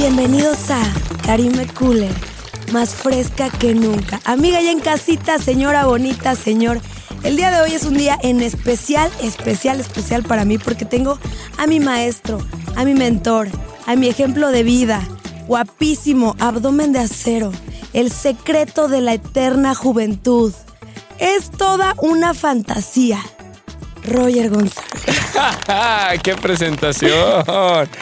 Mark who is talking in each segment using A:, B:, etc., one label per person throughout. A: Bienvenidos a Karime Cooler, más fresca que nunca. Amiga ya en casita, señora bonita, señor. El día de hoy es un día en especial, especial, especial para mí porque tengo a mi maestro, a mi mentor, a mi ejemplo de vida, guapísimo, abdomen de acero, el secreto de la eterna juventud. Es toda una fantasía. Roger González.
B: ¡Qué presentación!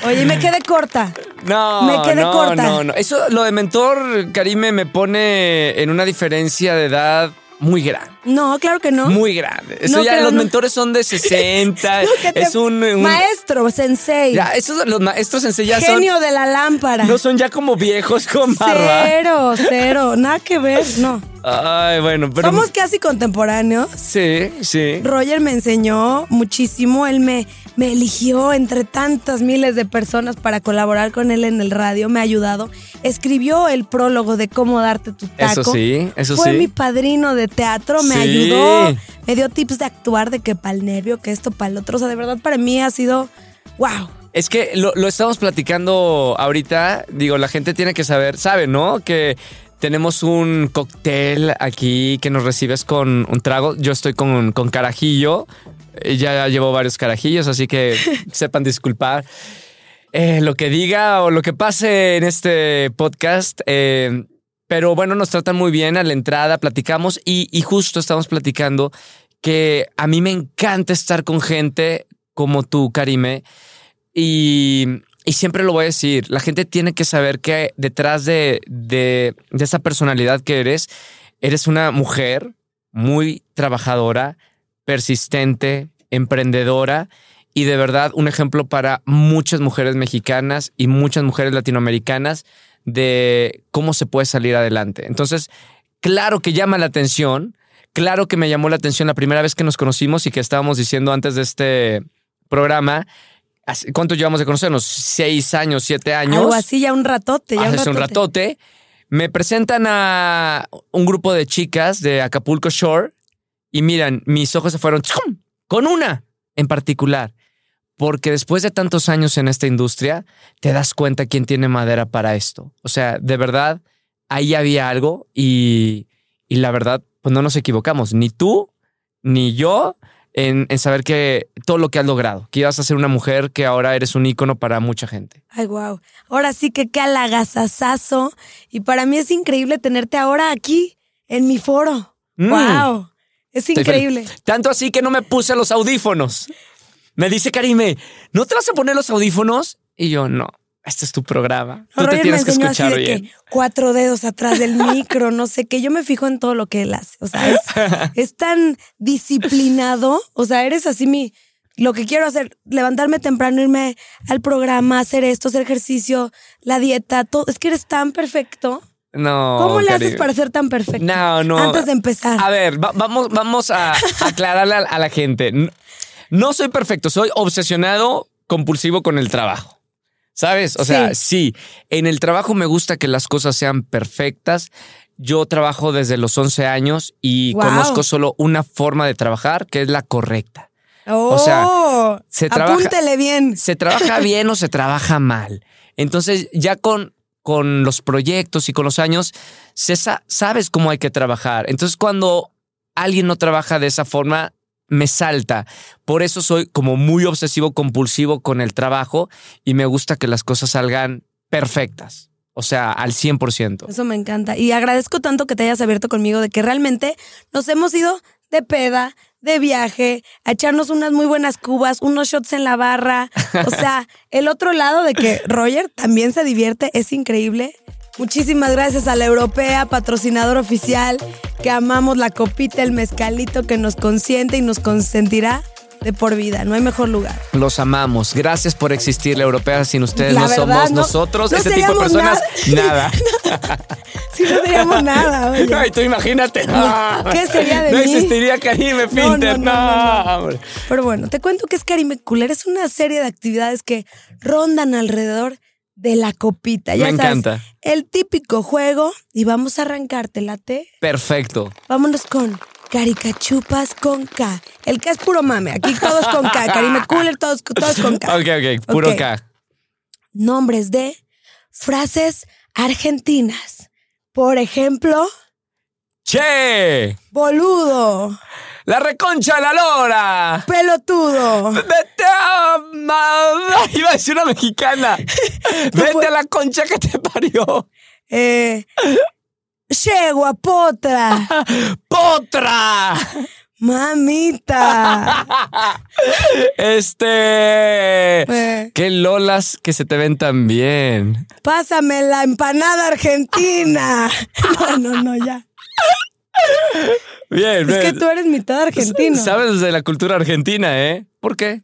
A: Oye, y me quedé corta.
B: No,
A: Me quedé
B: no,
A: corta.
B: no, no. Eso, lo de mentor, Karime, me pone en una diferencia de edad muy grande.
A: No, claro que no.
B: Muy grande. Eso
A: No
B: ya,
A: creo,
B: los
A: no.
B: mentores son de 60.
A: No, que te-
B: es un. un-
A: Maestro, sensei,
B: ya, esos, los maestros en sí ya son.
A: genio de la lámpara.
B: No son ya como viejos con barba.
A: Cero, cero, nada que ver, no.
B: Ay, bueno, pero.
A: Somos casi contemporáneos.
B: Sí, sí.
A: Roger me enseñó muchísimo, él me, me eligió entre tantas miles de personas para colaborar con él en el radio, me ha ayudado, escribió el prólogo de cómo darte tu taco.
B: Eso sí, eso
A: Fue
B: sí.
A: mi padrino de teatro, me
B: Sí.
A: ayudó, me dio tips de actuar, de que para el nervio, que esto, para el otro. O sea, de verdad para mí ha sido, wow,
B: Es que lo, lo estamos platicando ahorita. Digo, la gente tiene que saber, sabe, ¿no? Que tenemos un cóctel aquí que nos recibes con un trago. Yo estoy con, con carajillo. Eh, Ya llevo varios carajillos, así que sepan disculpar. eh, lo que diga o lo que pase en este podcast. eh, pero bueno, nos tratan muy bien a la entrada, platicamos y, y justo estamos platicando que a mí me encanta estar con gente como tú, Karime. Y, y siempre lo voy a decir, la gente tiene que saber que detrás de, de, de esa personalidad que eres, eres una mujer muy trabajadora, persistente, emprendedora y de verdad un ejemplo para muchas mujeres mexicanas y muchas mujeres latinoamericanas de cómo se puede salir adelante. Entonces, claro que llama la atención, claro que me llamó la atención la primera vez que nos conocimos y que estábamos diciendo antes de este programa, así- ¿cuánto llevamos de conocernos? ¿Seis años, siete años?
A: algo así ya un ratote. Ya
B: hace un ratote, me presentan a un grupo de chicas de Acapulco Shore y miran, mis ojos se fueron ¡tschum! con una en particular. Porque después de tantos años en esta industria, te das cuenta quién tiene madera para esto. O sea, de verdad, ahí había algo y, y la verdad, pues no nos equivocamos, ni tú ni yo, en, en saber que todo lo que has logrado, que ibas a ser una mujer que ahora eres un ícono para mucha gente.
A: Ay, wow. Ahora sí que qué halagazazazo. Y para mí es increíble tenerte ahora aquí en mi foro.
B: Mm.
A: Wow. Es
B: Estoy
A: increíble.
B: feliz. Tanto así que no me puse los audífonos. Me dice Karime, ¿no te vas a poner los audífonos? Y yo, no, este es tu programa. Tú
A: Roger
B: te
A: me
B: tienes que
A: enseñó
B: escuchar
A: así de
B: bien.
A: que cuatro dedos atrás del micro, no sé qué. Yo me fijo en todo lo que él hace. O sea, es, es tan disciplinado. O sea, eres así mi. Lo que quiero hacer, levantarme temprano, irme al programa, hacer esto, hacer ejercicio, la dieta, todo. Es que eres tan perfecto.
B: No.
A: ¿Cómo le haces
B: Karime.
A: para ser tan perfecto?
B: No, no.
A: Antes de empezar.
B: A ver, va- vamos, vamos a aclararle a, a la gente. No, no soy perfecto, soy obsesionado compulsivo con el trabajo. ¿Sabes? O sea, sí, en el trabajo me gusta que las cosas sean perfectas. Yo trabajo desde los 11 años y
A: Wow.
B: conozco solo una forma de trabajar, que es la correcta.
A: Oh,
B: sea, se trabaja-
A: apúntele bien.
B: ¿Se trabaja bien o se trabaja mal? Entonces, ya con, con los proyectos y con los años, se sa- sabes cómo hay que trabajar. Entonces, cuando alguien no trabaja de esa forma, me salta. Por eso soy como muy obsesivo, compulsivo con el trabajo y me gusta que las cosas salgan perfectas. O sea, al 100%.
A: Eso me encanta. Y agradezco tanto que te hayas abierto conmigo de que realmente nos hemos ido de peda, de viaje, a echarnos unas muy buenas cubas, unos shots en la barra. O sea, el otro lado de que Roger también se divierte es increíble. Muchísimas gracias a la europea, patrocinador oficial, que amamos la copita, el mezcalito que nos consiente y nos consentirá de por vida. No hay mejor lugar.
B: Los amamos. Gracias por existir, la europea. Sin ustedes
A: La
B: no
A: verdad,
B: somos
A: no-
B: nosotros,
A: no
B: este tipo de
A: seríamos
B: personas, nada.
A: Si no teníamos nada, oye.
B: Ay, tú imagínate. No,
A: ¿Qué sería de
B: no
A: mí?
B: existiría Karime Finter. No,
A: no, no,
B: hombre.
A: Pero bueno, te cuento que es Karime Cooler. Es una serie de actividades que rondan alrededor de la copita. Ya
B: Me
A: sabes,
B: encanta.
A: El típico juego. Y vamos a arrancarte, late.
B: Perfecto.
A: Vámonos con Caricachupas con K. El K es puro mame. Aquí todos con K. Karime Cooler, todos, todos con K.
B: Ok, ok. Puro
A: Ok.
B: K.
A: Nombres de frases argentinas. Por ejemplo,
B: ¡Che!
A: boludo,
B: ¡La reconcha de la lora!
A: pelotudo.
B: ¡Vete a... ma- Iba a decir una mexicana. ¡Vete a la concha que te parió!
A: Eh, yegua, potra,
B: ¡Potra!
A: mamita.
B: Este...
A: Eh,
B: ¡Qué lolas que se te ven tan bien!
A: pásame la empanada argentina. No, no, no, ya.
B: Bien,
A: Es que
B: bien.
A: tú eres mitad argentino.
B: Sabes de la cultura argentina, ¿eh? ¿Por qué?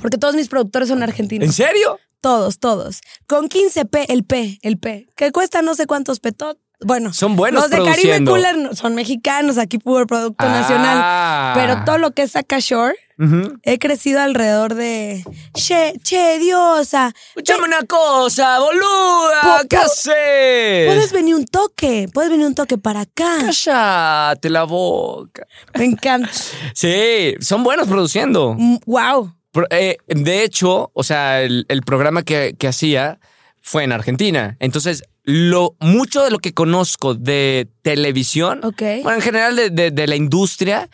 A: Porque todos mis productores son
B: ¿En
A: argentinos.
B: serio?
A: Todos, todos. Con 15p, el P, el P. Que cuesta no sé cuántos petot. Bueno,
B: Son buenos
A: los de Caribe
B: produciendo.
A: Cooler no- son mexicanos, aquí puro producto nacional.
B: Ah.
A: Pero todo lo que es Saka Shore,
B: Ujú.
A: he crecido alrededor de. Che, che, diosa.
B: Escúchame una cosa, boluda.
A: Po-
B: ¿Qué
A: po-
B: haces?
A: Puedes venir un toque, puedes venir un toque para acá.
B: Cállate la boca.
A: Me encanta.
B: Sí, son buenos produciendo.
A: wow.
B: Pro- eh, de hecho, o sea, el, el programa que, que hacía fue en Argentina. Entonces, lo mucho de lo que conozco de televisión,
A: Ok.
B: bueno, en general de, de- de la industria,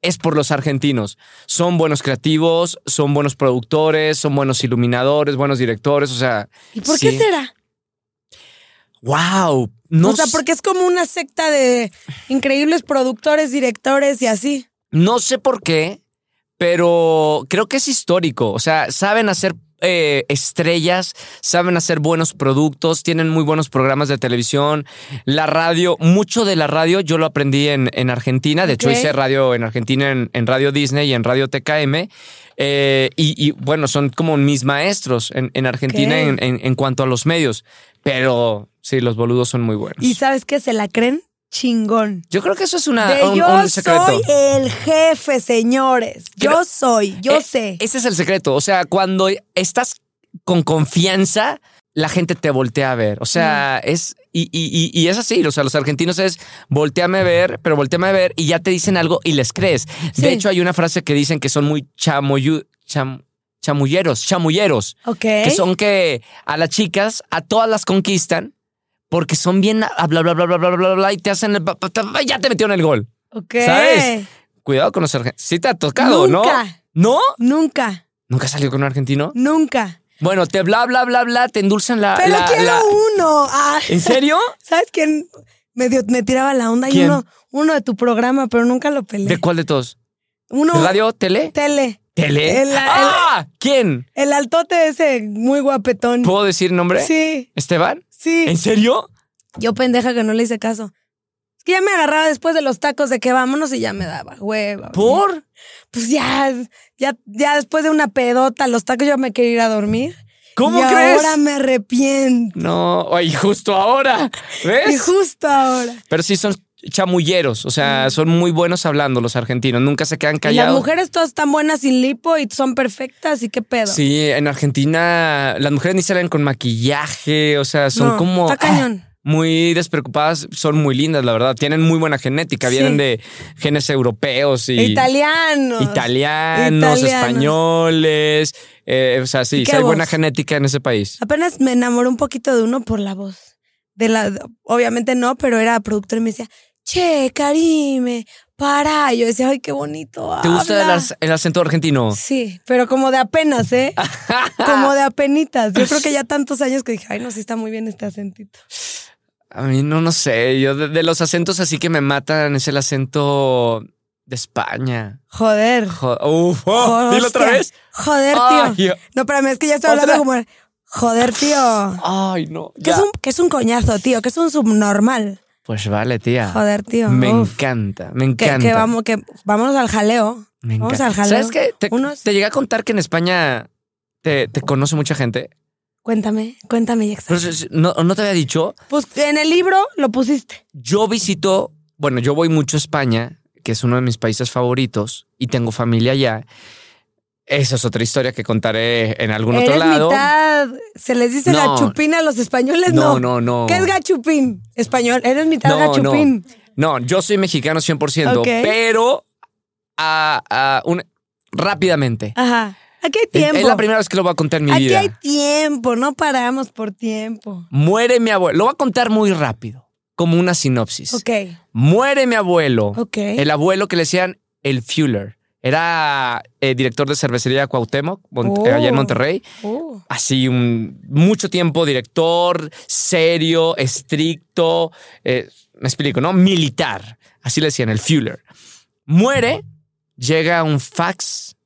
B: es por los argentinos. Son buenos creativos, son buenos productores, son buenos iluminadores, buenos directores. O sea,
A: ¿Y por
B: sí.
A: qué será?
B: wow. No,
A: o sea,
B: s-
A: porque es como una secta de increíbles productores, directores y así.
B: no sé por qué, pero creo que es histórico. O sea, saben hacer eh, estrellas, saben hacer buenos productos, tienen muy buenos programas de televisión. La radio, mucho de la radio yo lo aprendí en, en Argentina.
A: Ok.
B: De hecho, hice radio en Argentina en, en Radio Disney y en Radio TKM. Eh, y, y, bueno, son como mis maestros en, en Argentina
A: Ok.
B: en, en- en cuanto a los medios. Pero sí, los boludos son muy buenos.
A: Y sabes qué? se la creen chingón.
B: yo creo que eso es una,
A: De
B: Ah, un,
A: yo
B: un secreto.
A: soy el jefe, señores. Yo
B: Creo-
A: soy, yo
B: Eh,
A: sé.
B: Ese es el secreto. O sea, cuando estás con confianza, la gente te voltea a ver. O sea,
A: Mm.
B: es. Y, y- y- y es así. O sea, los argentinos es volteame a ver, pero volteame a ver y ya te dicen algo y les crees.
A: Sí.
B: De hecho, hay una frase que dicen que son muy chamuyu- cham- chamulleros, chamulleros,
A: ok.
B: que son que a las chicas, a todas las conquistan porque son bien a- bla bla bla bla bla bla bla, bla y te hacen el pa- pa- pa- ya te metieron el gol.
A: ok.
B: ¿sabes? Cuidado con los argentinos. Sí te ha tocado,
A: Nunca.
B: ¿no? ¿No?
A: Nunca,
B: ¿Nunca salió con un argentino?
A: nunca.
B: Bueno, te bla, bla, bla, bla, te endulzan la...
A: Pero
B: Ah, la-
A: quiero
B: la-
A: uno. Ah,
B: ¿En serio?
A: ¿Sabes quién medio me tiraba la onda? Y
B: ¿Quién?
A: uno, uno de tu programa, pero nunca lo peleé.
B: ¿De cuál de todos?
A: uno
B: ¿De radio? ¿Tele?
A: tele.
B: ¿Tele?
A: El- el-
B: ¡Ah! ¿Quién?
A: El altote ese muy guapetón.
B: ¿Puedo decir nombre?
A: Sí,
B: ¿Esteban?
A: sí.
B: ¿En serio?
A: Yo pendeja que no le hice caso. Es que ya me agarraba después de los tacos de que vámonos y ya me daba hueva.
B: ¿Por?
A: Pues ya, ya, ya después de una pedota, los tacos yo me quería ir a dormir.
B: ¿Cómo
A: Y
B: crees?
A: ahora me arrepiento.
B: No, ay, justo ahora.
A: Y
B: ¿Ves?
A: justo ahora.
B: Pero sí son chamulleros, o sea,
A: Mm.
B: son muy buenos hablando los argentinos, nunca se
A: Y
B: quedan
A: las
B: callados.
A: mujeres todas tan buenas sin lipo y son perfectas y qué pedo.
B: Sí, en Argentina las mujeres ni salen con maquillaje, o sea, son
A: No,
B: como...
A: Está
B: ah,
A: cañón.
B: muy despreocupadas, son muy lindas, la verdad. Tienen muy buena genética,
A: Sí.
B: vienen de genes europeos y
A: Italianos.
B: italianos,
A: Italianos.
B: españoles. Eh, o sea, sí,
A: ¿Y
B: sí
A: qué
B: hay
A: voz?
B: buena genética en ese país.
A: Apenas me enamoré un poquito de uno por la voz. De la, obviamente no, pero era productor y me decía, che, Karime, para. Y yo decía, ay, qué bonito.
B: ¿Te gusta el,
A: habla".
B: ar- el acento argentino?
A: Sí, pero como de apenas, ¿eh? como de apenitas. Yo creo que ya tantos años que dije, ay, no, sí está muy bien este acentito.
B: A mí no, no sé. Yo de, de los acentos así que me matan es el acento de España.
A: Joder.
B: Jo- Uf, oh, dilo otra
A: Hostia.
B: vez.
A: Joder,
B: Ay,
A: tío.
B: yo-
A: No, pero es que ya estoy hablando
B: Otra.
A: como, joder, tío.
B: ay, no.
A: Que
B: ya.
A: es, un, que es un coñazo, tío, que es un subnormal.
B: Pues vale, tía.
A: Joder, tío.
B: Me
A: Uf.
B: encanta, me
A: Que,
B: encanta.
A: que vamos, que vámonos al jaleo.
B: Me
A: Vamos
B: encanta.
A: al jaleo.
B: ¿Sabes qué? Te,
A: Unos-
B: te llegué a contar que en España te, te conoce mucha gente.
A: Cuéntame, cuéntame, Yexa.
B: Pero si- si- no, no te había dicho.
A: Pues en el libro lo pusiste.
B: Yo visito, bueno, yo voy mucho a España, que es uno de mis países favoritos, y tengo familia allá. Esa es otra historia que contaré en algún otro
A: Eres
B: lado.
A: mitad. Se les dice
B: No.
A: gachupín a los españoles, no.
B: no, no, no.
A: ¿Qué es gachupín? Español. Eres mitad
B: No,
A: gachupín.
B: No, yo soy mexicano 100%,
A: Ok.
B: pero a, a un- rápidamente.
A: Ajá. Aquí hay
B: Es-
A: tiempo.
B: Es la primera vez que lo voy a contar en mi
A: Aquí
B: vida.
A: hay tiempo, no paramos por tiempo.
B: Muere mi abuelo. Lo voy a contar muy rápido, como una sinopsis.
A: Ok,
B: Muere mi abuelo.
A: ok.
B: El abuelo que le decían el Fuller. Era eh, director de cervecería Cuauhtémoc, Mon-
A: Oh.
B: eh, allá en Monterrey.
A: Oh,
B: Así un, mucho tiempo director, serio, estricto. eh, me explico, ¿no? Militar. Así le decían el Fuller. Muere, llega un fax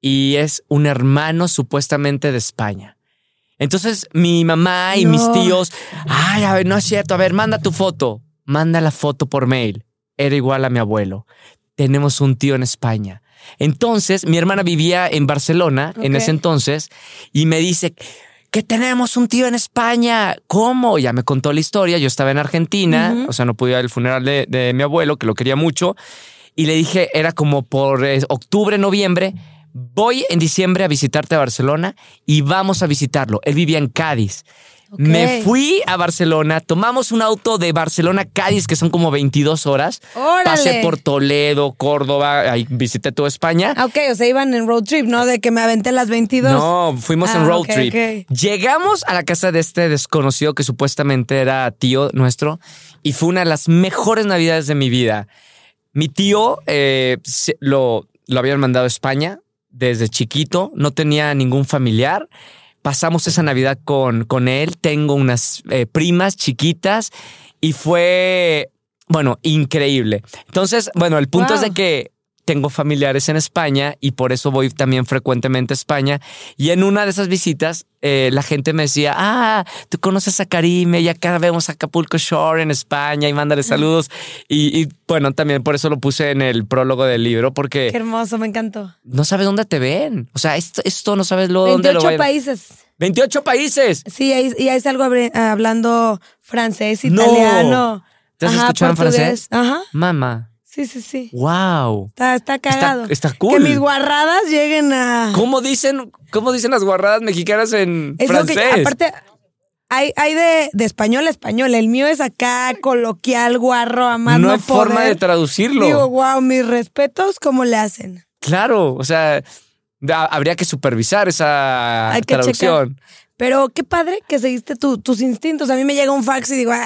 B: y es un hermano supuestamente de España. Entonces mi mamá y mis
A: No.
B: tíos, ay, a ver, no es cierto, a ver, manda tu foto, manda la foto por mail. Era igual a mi abuelo. Tenemos un tío en España. Entonces mi hermana vivía en Barcelona en
A: Ok.
B: ese entonces y me dice que tenemos un tío en España. ¿Cómo? Ya me contó la historia. Yo estaba en Argentina,
A: Ujú.
B: o sea, no pude ir al funeral de- de mi abuelo, que lo quería mucho y le dije, era como por eh, octubre, noviembre, voy en diciembre a visitarte a Barcelona y vamos a visitarlo. Él vivía en Cádiz.
A: ok.
B: Me fui a Barcelona, tomamos un auto de Barcelona a Cádiz, que son como 22 horas.
A: Órale.
B: Pasé por Toledo, Córdoba, ahí visité toda España.
A: Ah, Ok, o sea, iban en road trip, ¿no? De que me aventé las 22.
B: No, fuimos en
A: Ah,
B: road
A: ok,
B: trip.
A: ok.
B: Llegamos a la casa de este desconocido que supuestamente era tío nuestro y fue una de las mejores navidades de mi vida. Mi tío eh, se- lo, lo habían mandado a España desde chiquito, no tenía ningún familiar. Pasamos esa Navidad con, con él, tengo unas eh, primas chiquitas y fue, bueno, increíble. Entonces, bueno, el
A: Wow.
B: punto es de que tengo familiares en España y por eso voy también frecuentemente a España. Y en una de esas visitas, eh, la gente me decía, ah, tú conoces a Karime, ya acá vemos Acapulco Shore en España y mándale saludos. Y, y, bueno, también por eso lo puse en el prólogo del libro,
A: Qué
B: porque
A: hermoso, me encantó.
B: no sabes dónde te ven. O sea, esto, esto no sabes luego dónde lo
A: 28
B: ven.
A: países.
B: 28 países.
A: Sí, ahí, y ahí salgo abre- hablando francés,
B: No.
A: italiano.
B: ¿Te has
A: ajá,
B: escuchado en
A: portugués.
B: francés?
A: Ajá.
B: Mamá,
A: Sí, sí, sí.
B: wow.
A: Está, está cagado.
B: está
A: Que
B: cool.
A: mis guarradas lleguen a.
B: ¿Cómo dicen, cómo dicen las guarradas mexicanas en
A: Es
B: francés?
A: lo que. Aparte, hay, hay de, de español a español. El mío es acá, coloquial, guarro, amado.
B: no hay forma de traducirlo.
A: Digo, wow, mis respetos, ¿cómo le hacen?
B: Claro, o sea, da- habría que supervisar esa
A: Hay que
B: traducción.
A: Pero qué padre que seguiste tu- tus instintos. A mí me llega un fax y digo, "Ah,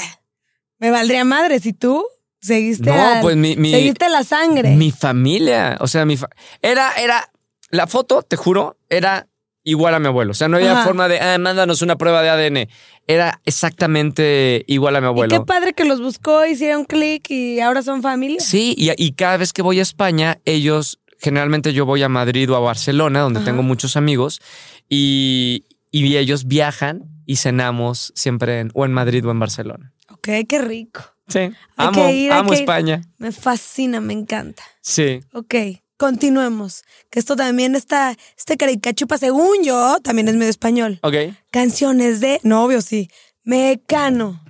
A: me valdría madre si tú seguiste,
B: No,
A: Este, al-
B: pues mi, mi-
A: seguiste la sangre.
B: mi familia, o sea, mi fa- era, era, la foto, te juro, era igual a mi abuelo. O sea, no había
A: Ajá.
B: forma de, ah, mándanos una prueba de ADN. Era exactamente igual a mi
A: y qué
B: abuelo.
A: padre que los buscó, hicieron clic y ahora son familia.
B: Sí, y, y cada vez que voy a España, ellos, generalmente yo voy a Madrid o a Barcelona, donde
A: Ajá.
B: tengo muchos amigos, y, y ellos viajan y cenamos siempre en- o en Madrid o en Barcelona.
A: Ok, qué rico.
B: Sí.
A: Hay
B: Amo,
A: que ir, hay
B: amo
A: que ir.
B: España.
A: Me fascina, me encanta.
B: Sí.
A: Ok, continuemos. Que esto también está, este caricachupa, según yo, también es medio español.
B: Ok.
A: Canciones de, no, obvio sí, Mecano.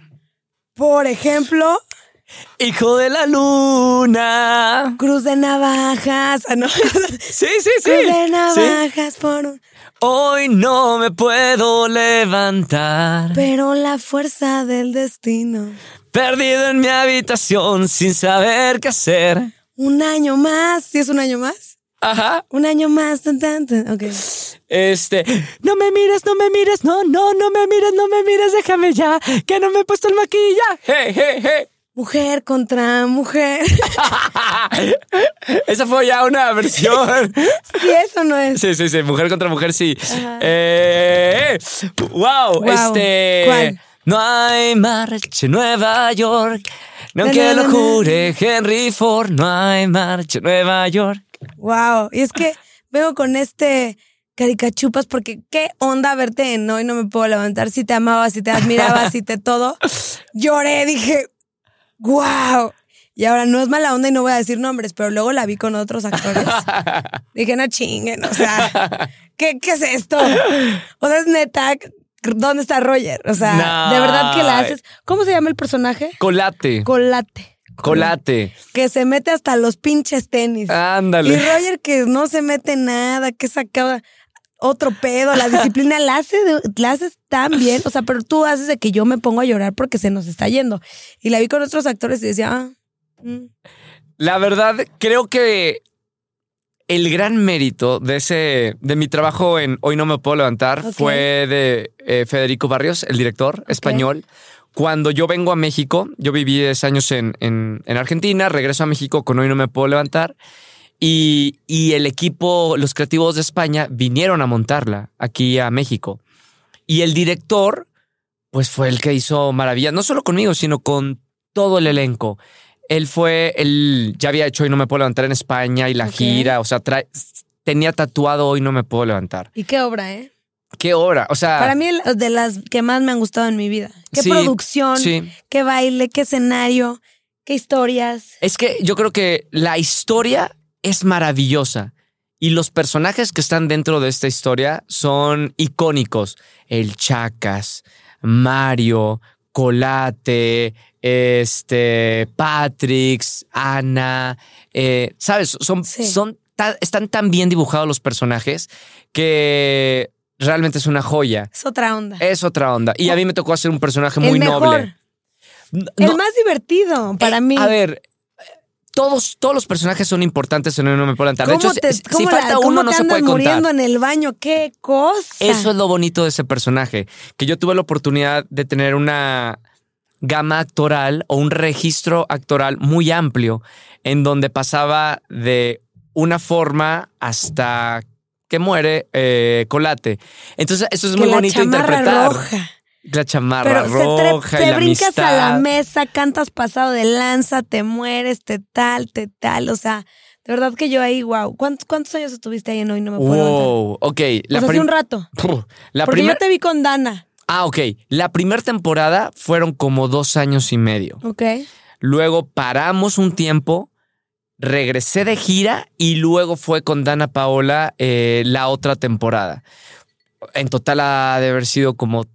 A: Por ejemplo,
B: Hijo de la luna.
A: Cruz de Navajas. Ah, no.
B: Sí, sí, sí.
A: Cruz de
B: Sí.
A: navajas por un-
B: Hoy no me puedo levantar.
A: Pero la fuerza del destino.
B: Perdido en mi habitación sin saber qué hacer.
A: Un año más. ¿Sí es un año más?
B: Ajá.
A: Un año más. Tan, tan, tan. Ok.
B: Este. No me mires, no me mires, no, no, no me mires, no me mires, déjame ya. Que no me he puesto el maquillaje. Hey, hey,
A: Mujer contra mujer.
B: hey. Esa fue ya una versión.
A: ¿Sí eso no es?
B: Sí, sí, sí, mujer contra mujer, sí.
A: Ajá.
B: Eh, wow,
A: Wow.
B: este.
A: ¿Cuál?
B: No hay marcha en Nueva York. No
A: Na,
B: que
A: na,
B: lo
A: na, na.
B: jure Henry Ford. No hay marcha en Nueva York.
A: Wow. Y es que vengo con este caricachupas porque qué onda verte en hoy no me puedo levantar. Si te amaba, si te admiraba, si te todo. Lloré, dije, wow. Y ahora no es mala onda y no voy a decir nombres, pero luego la vi con otros actores. Dije, no chinguen, o sea, ¿qué, qué es esto? O sea, es neta, ¿dónde está Roger? O sea,
B: No.
A: de verdad que la haces. ¿Cómo se llama el personaje?
B: Colate.
A: Colate.
B: Colate.
A: Que se mete hasta los pinches tenis. Y
B: Ándale.
A: Roger que no se mete en nada, que sacaba otro pedo, la disciplina la, hace de- la haces tan bien, o sea, pero tú haces de que yo me pongo a llorar porque se nos está yendo. Y la vi con otros actores y decía, ah, mm,
B: La verdad, creo que el gran mérito de ese, de mi trabajo en Hoy No Me Puedo Levantar
A: Ok.
B: fue de eh, Federico Barrios, el director español. Cuando yo vengo a México, yo viví 10 años en, en- en Argentina, regreso a México con Hoy No Me Puedo Levantar. Y, y el equipo, los creativos de España, vinieron a montarla aquí a México. Y el director, pues fue el que hizo maravilla, no solo conmigo, sino con todo el elenco. Él fue, él ya había hecho Hoy No Me Puedo Levantar en España y la
A: Ok.
B: gira, o sea, trae- tenía tatuado Hoy No Me Puedo Levantar.
A: Y qué obra, ¿eh?
B: ¿Qué hora? O sea,
A: Para mí, el- de las que más me han gustado en mi vida. Qué
B: Ah. Sí,
A: producción,
B: sí.
A: qué baile, qué escenario, qué historias.
B: Es que yo creo que la historia es maravillosa y los personajes que están dentro de esta historia son icónicos. El Chacas, Mario, Colate, este, Patrix, Ana, eh, ¿sabes? Son,
A: Sí.
B: son ta- están tan bien dibujados los personajes que realmente es una joya.
A: Es otra onda.
B: Es otra onda. Y a mí me tocó hacer un personaje Eh, muy
A: el mejor,
B: noble.
A: el
B: No-
A: más divertido para
B: eh,
A: mí.
B: A ver, eh, todos, todos los personajes son importantes en No Me Puedo Levantar. De
A: ¿Cómo
B: hecho,
A: te,
B: si- si
A: cómo la-
B: falta
A: cómo
B: uno,
A: te
B: no se
A: andas
B: puede contar.
A: muriendo en el baño? ¡Qué cosa!
B: Eso es lo bonito de ese personaje, que yo tuve la oportunidad de tener una gama actoral o un registro actoral muy amplio, en donde pasaba de una forma hasta que muere eh, Colate. Entonces, eso es
A: que
B: muy
A: la
B: bonito
A: chamarra
B: interpretar.
A: roja.
B: La
A: Pero
B: chamarra
A: se tre-
B: roja y
A: te
B: la
A: brincas a la
B: amistad.
A: mesa, cantas pasado de lanza, te mueres, te tal, te tal. O sea, de verdad que yo ahí, wow. ¿Cuántos, cuántos años estuviste ahí en hoy? No me puedo levantar?
B: Wow, ok.
A: O
B: La
A: sea, hace
B: prim-
A: un rato.
B: Puh, la
A: Porque
B: primer-
A: yo te vi con Dana.
B: Ah, ok. La primera temporada fueron como dos años y medio.
A: Ok.
B: Luego paramos un tiempo, regresé de gira y luego fue con Dana Paola eh, la otra temporada. En total ha de haber sido como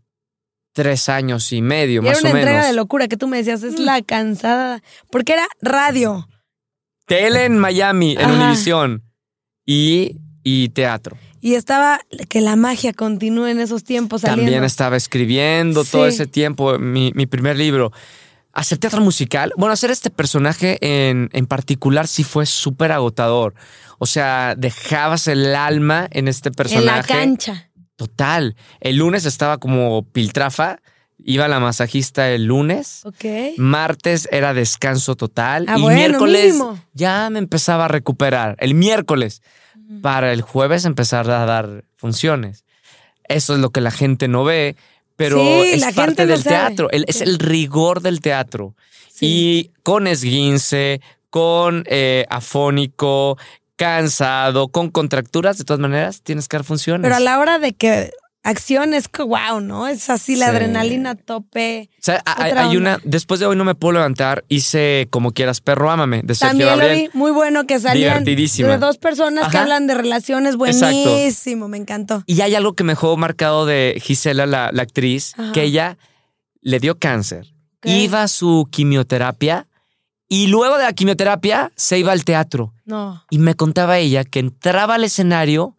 B: tres años y medio,
A: Y era
B: más
A: una
B: o
A: entrega
B: menos. Mm.
A: de locura que tú me decías, es la cansada. Porque era radio.
B: Tele en Miami, en
A: Ajá.
B: Univisión y, y teatro.
A: Y estaba que la magia continúe en esos tiempos saliendo.
B: También este estaba escribiendo todo
A: Sí.
B: ese tiempo, mi, mi primer libro. Hacer teatro musical, bueno, hacer este personaje en, en particular sí fue súper agotador. O sea, dejabas el alma en este
A: en la
B: personaje.
A: cancha.
B: Total. El lunes estaba como piltrafa, iba la masajista el lunes.
A: Ok.
B: Martes era descanso total.
A: Ah,
B: y
A: bueno,
B: miércoles
A: mínimo.
B: ya me empezaba a recuperar. El miércoles para el jueves empezar a dar funciones. Eso es lo que la gente no ve, pero
A: Sí,
B: es
A: la
B: parte
A: gente no
B: del
A: sabe.
B: teatro. El- es
A: Sí.
B: el rigor del teatro.
A: Sí.
B: Y con esguince, con eh, afónico, cansado, con contracturas, de todas maneras, tienes que dar funciones.
A: Pero a la hora de que acción es que wow, ¿no? Es así la
B: Sí.
A: adrenalina a tope.
B: O sea, hay,
A: Otra
B: hay
A: onda.
B: una. Después de hoy no me puedo levantar. Hice como quieras, perro, ámame, de Sergio
A: También lo
B: Gabriel.
A: vi, muy bueno que salían
B: Divertidísima.
A: de dos personas que
B: Ajá.
A: hablan de relaciones,
B: Exacto.
A: buenísimo, me encantó.
B: Y hay algo que me dejó marcado de Gisela, la, la actriz,
A: Ajá.
B: que ella le dio cáncer.
A: Ok.
B: Iba a su quimioterapia y luego de la quimioterapia se iba al teatro.
A: No.
B: Y me contaba ella que entraba al escenario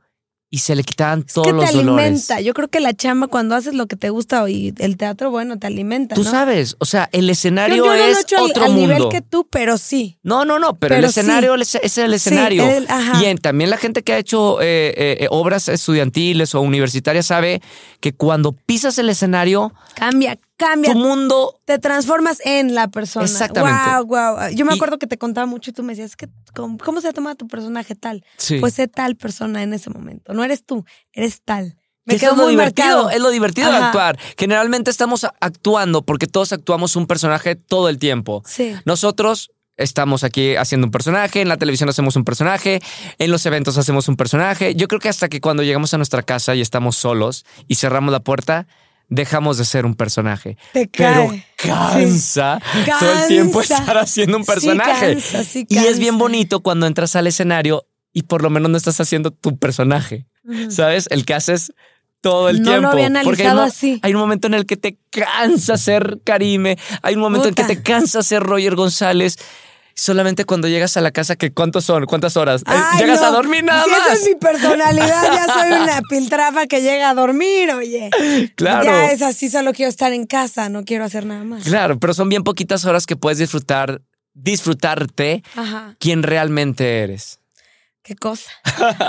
B: y se le quitaban todos
A: que te
B: los dolores.
A: alimenta. Yo creo que la chamba cuando haces lo que te gusta y el teatro, bueno, te alimenta.
B: Tú
A: ¿no?
B: sabes, o sea, el
A: Yo-
B: escenario
A: yo no lo he
B: es
A: hecho al-
B: otro
A: al, nivel
B: mundo.
A: que tú, pero sí.
B: No, no, no, pero, el
A: Pero sí.
B: escenario es- es el
A: Sí,
B: escenario.
A: el- ajá.
B: Y en- también la gente que ha hecho eh, eh, eh, obras estudiantiles o universitarias sabe que cuando pisas el escenario,
A: Cambia, cambia.
B: tu mundo
A: te transformas en la persona.
B: Exactamente.
A: Wow, wow. Yo me
B: Y-
A: acuerdo que te contaba mucho y tú me decías, "Es que, ¿cómo, cómo se toma tu personaje tal?
B: Sí.
A: Pues sé tal persona en ese momento. No eres tú, eres tal.
B: que
A: Me
B: eso
A: quedó
B: es lo
A: muy
B: divertido,
A: marcado.
B: es lo divertido de
A: Ajá.
B: actuar. Generalmente estamos a- actuando porque todos actuamos un personaje todo el tiempo.
A: Sí.
B: Nosotros estamos aquí haciendo un personaje, en la televisión hacemos un personaje, en los eventos hacemos un personaje. Yo creo que hasta que cuando llegamos a nuestra casa y estamos solos y cerramos la puerta, dejamos de ser un personaje.
A: Te
B: Pero
A: cae.
B: cansa todo el tiempo
A: Cansa.
B: estar haciendo un
A: Sí,
B: personaje.
A: cansa, sí
B: y es bien
A: cansa.
B: bonito cuando entras al escenario y por lo menos no estás haciendo tu personaje.
A: Ujú.
B: ¿sabes? El que haces todo el
A: No lo
B: tiempo.
A: había
B: Porque
A: analizado
B: hay, mo-
A: así.
B: hay un momento en el que te cansa ser Karime, hay un momento en
A: Puta.
B: que te cansa ser Roger González. Solamente cuando llegas a la casa, que ¿cuántos son? ¿Cuántas horas? Eh,
A: Ay,
B: llegas
A: no.
B: a dormir nada
A: si
B: más.
A: Esa es mi personalidad. Ya soy una piltrafa que llega a dormir, oye.
B: Claro.
A: Ya es así, solo quiero estar en casa, no quiero hacer nada más.
B: Claro, pero son bien poquitas horas que puedes disfrutar, disfrutarte
A: Ajá.
B: quien realmente eres.
A: Qué cosa.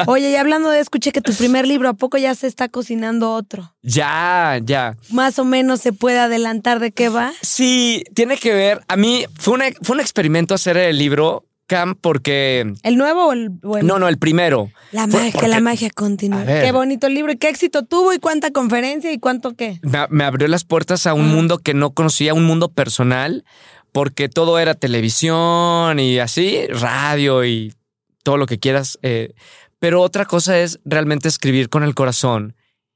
A: Oye, y hablando de, escuché que tu primer libro, ¿a poco ya se está cocinando otro?
B: Ya, ya.
A: Más o menos se puede adelantar de qué va.
B: Sí, tiene que ver. A mí fue un, fue un experimento hacer el libro, Cam, porque.
A: ¿El nuevo o el bueno?
B: No, no, el primero.
A: La
B: Fue
A: magia,
B: porque-
A: la magia continúa.
B: A ver.
A: Qué bonito libro y qué éxito tuvo y cuánta conferencia y cuánto qué.
B: me, me abrió las puertas a un mundo que no conocía, un mundo personal, porque todo era televisión y así, radio y todo lo que quieras. eh, Pero otra cosa es realmente escribir con el corazón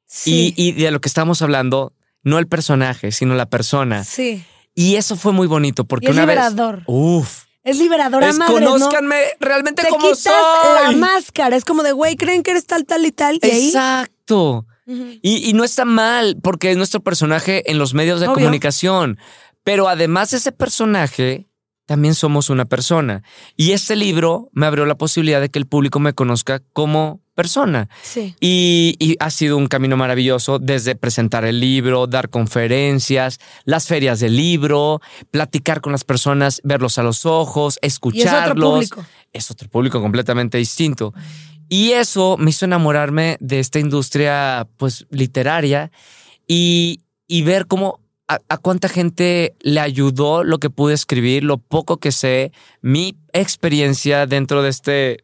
A: Sí.
B: y, y de lo que estamos hablando, no el personaje, sino la persona.
A: sí.
B: Y eso fue muy bonito ah, porque
A: Y es
B: una
A: liberador.
B: vez. Uf.
A: Es liberador a
B: es
A: madres, ¿no?
B: conózcanme realmente
A: Te
B: como
A: quitas
B: soy.
A: la máscara. Es como de, güey, creen que eres tal, tal y tal. Y ahí.
B: Exacto.
A: Ujú.
B: Y, y no está mal, porque es nuestro personaje en los medios de
A: Obvio.
B: comunicación. Pero además de ese personaje, también somos una persona. Y este libro me abrió la posibilidad de que el público me conozca como persona.
A: Sí.
B: Y, y ha sido un camino maravilloso desde presentar el libro, dar conferencias, las ferias del libro, platicar con las personas, verlos a los ojos,
A: Y es otro
B: escucharlos
A: público.
B: es otro público completamente distinto. Y eso me hizo enamorarme de esta industria pues literaria y, y ver cómo a, a cuánta gente le ayudó lo que pude escribir, lo poco que sé, mi experiencia dentro de este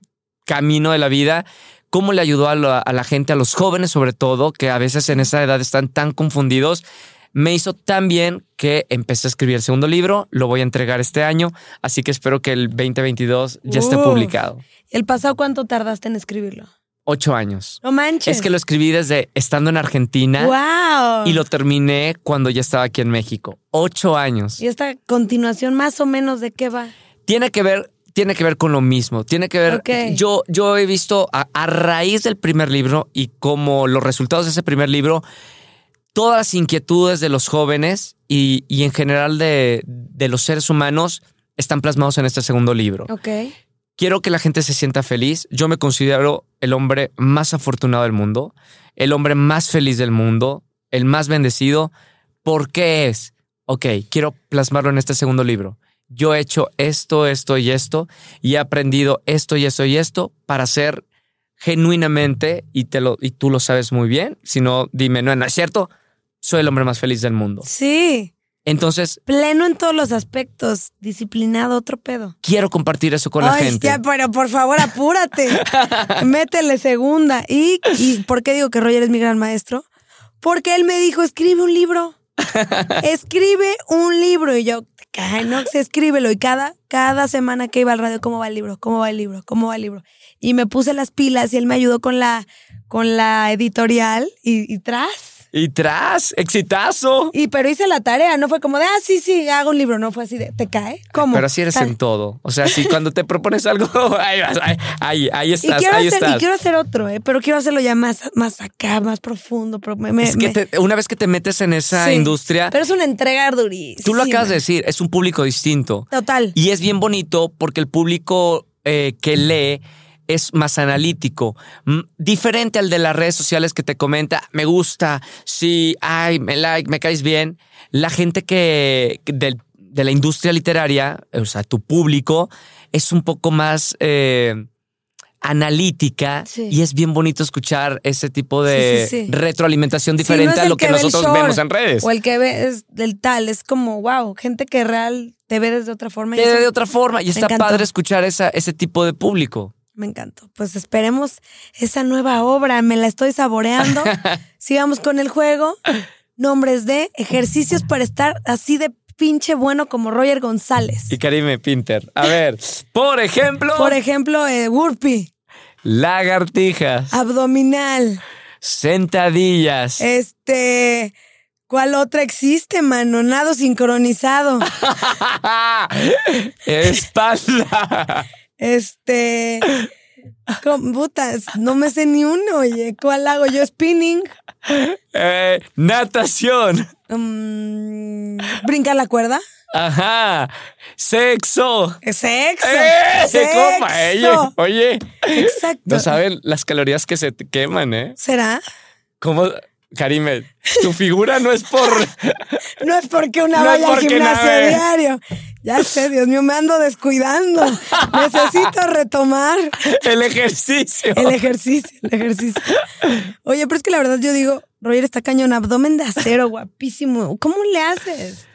B: camino de la vida, cómo le ayudó a la, a la gente, a los jóvenes sobre todo, que a veces en esa edad están tan confundidos. Me hizo tan bien que empecé a escribir el segundo libro, lo voy a entregar este año, así que espero que el 2022 ya esté
A: Uf.
B: publicado.
A: ¿El pasado cuánto tardaste en escribirlo?
B: Ocho años.
A: No manches.
B: Es que lo escribí desde estando en Argentina
A: ¡Wow!
B: y lo terminé cuando ya estaba aquí en México. Ocho años.
A: Y esta continuación, más o menos, ¿de qué va?
B: tiene que ver tiene que ver con lo mismo, tiene que ver
A: Ok.
B: yo yo he visto a, a raíz del primer libro y como los resultados de ese primer libro todas las inquietudes de los jóvenes y, y en general de, de los seres humanos están plasmados en este segundo libro.
A: Ok.
B: Quiero que la gente se sienta feliz. Yo me considero el hombre más afortunado del mundo, el hombre más feliz del mundo, el más bendecido. ¿Por qué es? Ok, quiero plasmarlo en este segundo libro. Yo he hecho esto, esto y esto, y he aprendido esto y esto y esto para ser genuinamente, y, te lo, y tú lo sabes muy bien, si no, dime, no, no es cierto, soy el hombre más feliz del mundo.
A: Sí.
B: Entonces,
A: Pleno en todos los aspectos. Disciplinado, otro pedo.
B: quiero compartir eso con la
A: Ay,
B: gente.
A: ya, pero por favor, apúrate. Métele segunda. ¿Y, ¿Y por qué digo que Roger es mi gran maestro? Porque él me dijo, escribe un libro. Escribe un libro. Y yo, "Ay, no, sí, escríbelo. Y cada, cada semana que iba al radio, ¿cómo va el libro? ¿Cómo va el libro? ¿Cómo va el libro? Y me puse las pilas y él me ayudó con la, con la editorial y, y tras.
B: Y tras, exitazo.
A: Y pero hice la tarea, no fue como de, ah, sí, sí, hago un libro. No fue así de, ¿te cae? ¿Cómo?
B: Pero así eres
A: Tal.
B: en todo. O sea, si cuando te propones algo, ahí, vas, ahí, ahí, ahí
A: Y
B: estás,
A: quiero,
B: ahí
A: hacer, y
B: estás.
A: quiero hacer otro, ¿eh? pero quiero hacerlo ya más, más acá, más profundo. Pero, me- me-
B: es que
A: me-
B: te- una vez que te metes en esa
A: Sí.
B: industria,
A: pero es una entrega durísima.
B: tú lo acabas de decir, es un público distinto.
A: Total.
B: Y es bien bonito porque el público eh, que lee es más analítico, mm, diferente al de las redes sociales que te comenta, me gusta, sí, ay, me like, me caes bien. La gente que que del- de la industria literaria, o sea, tu público, es un poco más eh, analítica
A: Sí.
B: y es bien bonito escuchar ese tipo de
A: Sí, sí, sí. Sí, no
B: retroalimentación diferente
A: es
B: a
A: el
B: lo que,
A: que ve el
B: nosotros
A: short
B: vemos en redes.
A: O el que ve es del tal, es como, wow, gente que real te ve desde otra forma. y
B: Te ve
A: eso
B: de otra forma y está
A: encantó.
B: padre escuchar esa, ese tipo de público.
A: Me encantó. Pues esperemos esa nueva obra, me la estoy saboreando. Sigamos con el juego. Nombres de ejercicios para estar así de pinche bueno como Roger González.
B: Y Karime Pinter. A ver, por ejemplo,
A: Por ejemplo, eh, burpee,
B: lagartijas,
A: Ah. abdominal.
B: sentadillas.
A: Eh. Este, ¿cuál otra existe, mano? Nado sincronizado.
B: Espalda.
A: Este, con, putas, no me sé ni uno, oye. ¿Cuál hago yo? Spinning.
B: eh, natación.
A: Mm, ¿Brincar la cuerda?
B: Ajá. Sexo.
A: Sexo.
B: ¡Eh! ¡Qué copa! Oye,
A: sexo.
B: oye,
A: Exacto.
B: no saben las calorías que se te queman, ¿eh?
A: ¿Será?
B: ¿Cómo? Karime, tu figura no es por.
A: No es porque una
B: No es
A: vaya al
B: porque
A: gimnasio
B: nave.
A: diario. Ya sé, Dios mío, me ando descuidando. Necesito retomar
B: El ejercicio.
A: el ejercicio, el ejercicio. Oye, pero es que la verdad yo digo, Roger está cañón, abdomen de acero, guapísimo. ¿Cómo le haces?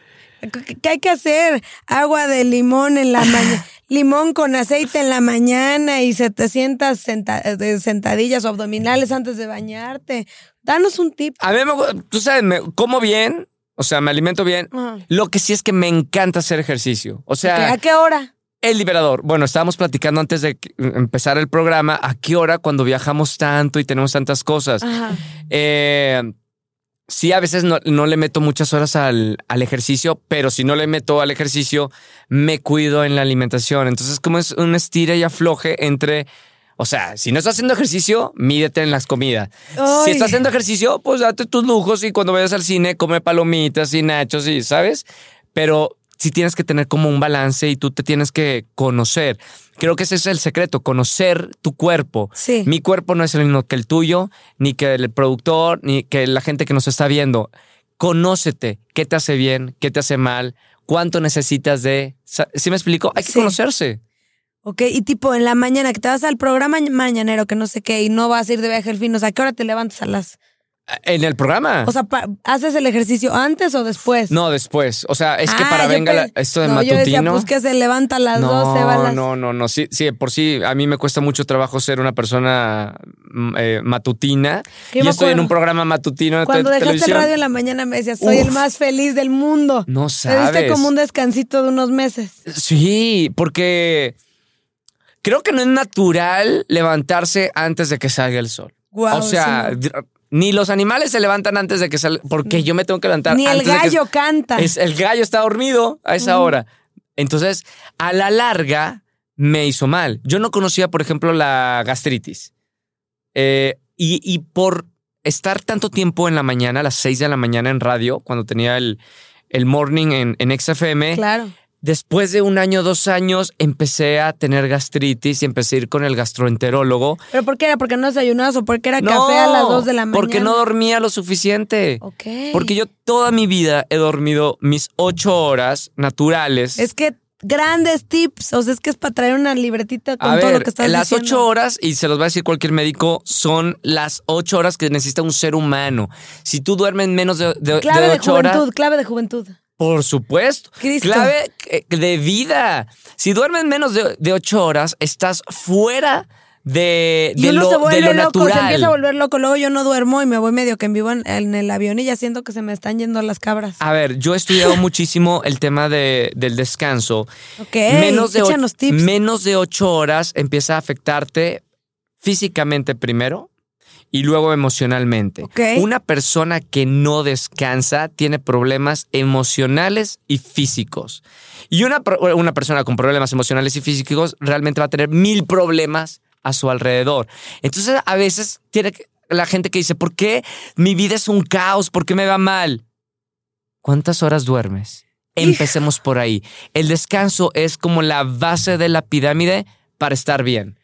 A: ¿Qué- ¿Qué hay que hacer? Agua de limón en la mañana, limón con aceite en la mañana y 700 senta- eh, sentadillas o abdominales antes de bañarte. Danos un tip.
B: A mí me gu- tú sabes, me como bien, o sea, me alimento bien.
A: Ajá.
B: Lo que sí es que me encanta hacer ejercicio. O
A: ¿Qué- ¿A
B: sea,
A: qué hora?
B: el liberador. Bueno, estábamos platicando antes de que- em, empezar el programa a qué hora cuando viajamos tanto y tenemos tantas cosas.
A: Ajá.
B: Eh, sí, a veces no, no le meto muchas horas al, al ejercicio, pero si no le meto al ejercicio, me cuido en la alimentación. Entonces, como es un estira y afloje entre. O sea, si no estás haciendo ejercicio, mídete en las comidas. Si
A: Ay.
B: estás haciendo ejercicio, pues date tus lujos y cuando vayas al cine, come palomitas y nachos y, ¿sabes? Pero sí tienes que tener como un balance y tú te tienes que conocer. Creo que ese es el secreto, conocer tu cuerpo.
A: Sí.
B: Mi cuerpo no es el mismo que el tuyo, ni que el productor, ni que la gente que nos está viendo. Conócete, qué te hace bien, qué te hace mal, cuánto necesitas de... sa- ¿Sí me explico? Hay que
A: Sí.
B: conocerse.
A: Ok, y tipo en la mañana que te vas al programa mañanero, que no sé qué, y no vas a ir de viaje el fin, o sea, ¿a qué hora te levantas a las?
B: En el programa.
A: O sea, pa- ¿haces el ejercicio antes o después?
B: no, después. O sea, es que
A: Ah,
B: para
A: yo
B: venga la-
A: pe-
B: esto del
A: no,
B: matutino...
A: Yo decía, pues que se levanta a las
B: no,
A: 12, va a las...
B: no, no, no. Sí, sí, de por sí, a mí me cuesta mucho trabajo ser una persona mm, eh, matutina.
A: Yo
B: Yo
A: me
B: estoy en
A: acuerdo.
B: un programa matutino de
A: Cuando
B: te-
A: dejaste
B: televisión.
A: el radio en la mañana me decías, soy
B: Uf.
A: el más feliz del mundo.
B: No
A: Te diste
B: sabes.
A: como un descansito de unos meses.
B: Sí, porque creo que no es natural levantarse antes de que salga el sol.
A: Guau,
B: o sea,
A: sí, no.
B: d- ni los animales se levantan antes de que salga, porque yo me tengo que levantar.
A: Ni el
B: antes de que-
A: gallo canta.
B: Es, el gallo está dormido a esa hora. Entonces, a la larga, me hizo mal. Yo no conocía, por ejemplo, la gastritis. Eh, y, y por estar tanto tiempo en la mañana, a las 6 de la mañana en radio, cuando tenía el, el morning en, en XFM,
A: Claro.
B: después de un año, dos años, empecé a tener gastritis y empecé a ir con el gastroenterólogo.
A: ¿Pero por qué era? ¿Porque no desayunabas o porque era café a las 2 de la mañana?
B: Porque no dormía lo suficiente.
A: Ok.
B: Porque yo toda mi vida he dormido mis ocho horas naturales.
A: Es que grandes tips, o sea, es que es para traer una libretita con
B: a
A: todo
B: ver,
A: lo que estás
B: las
A: diciendo.
B: ocho horas, y se los va a decir cualquier médico, son las ocho horas que necesita un ser humano. Si tú duermes menos de, de-
A: Clave
B: de
A: de,
B: ocho horas,
A: juventud, clave de juventud.
B: por supuesto,
A: Cristo.
B: clave eh, de vida. Si duermes menos de, de ocho horas, estás fuera de,
A: Y
B: de
A: uno
B: lo,
A: se
B: de
A: vuelve
B: lo
A: loco, se
B: natural.
A: empieza a volver loco, luego yo no duermo y me voy medio que en vivo en, en el avión y ya siento que se me están yendo las cabras.
B: a ver, yo he estudiado muchísimo el tema de- del descanso.
A: ok,
B: menos, de
A: échanos
B: och-
A: tips.
B: menos de ocho horas empieza a afectarte físicamente primero y luego emocionalmente.
A: Ok.
B: Una persona que no descansa tiene problemas emocionales y físicos. Y una, pro- una persona con problemas emocionales y físicos realmente va a tener mil problemas a su alrededor. Entonces a veces tiene que- la gente que dice, ¿por qué mi vida es un caos? ¿Por qué me va mal? ¿Cuántas horas duermes?
A: Hijo.
B: Empecemos por ahí. El descanso es como la base de la pirámide para estar bien.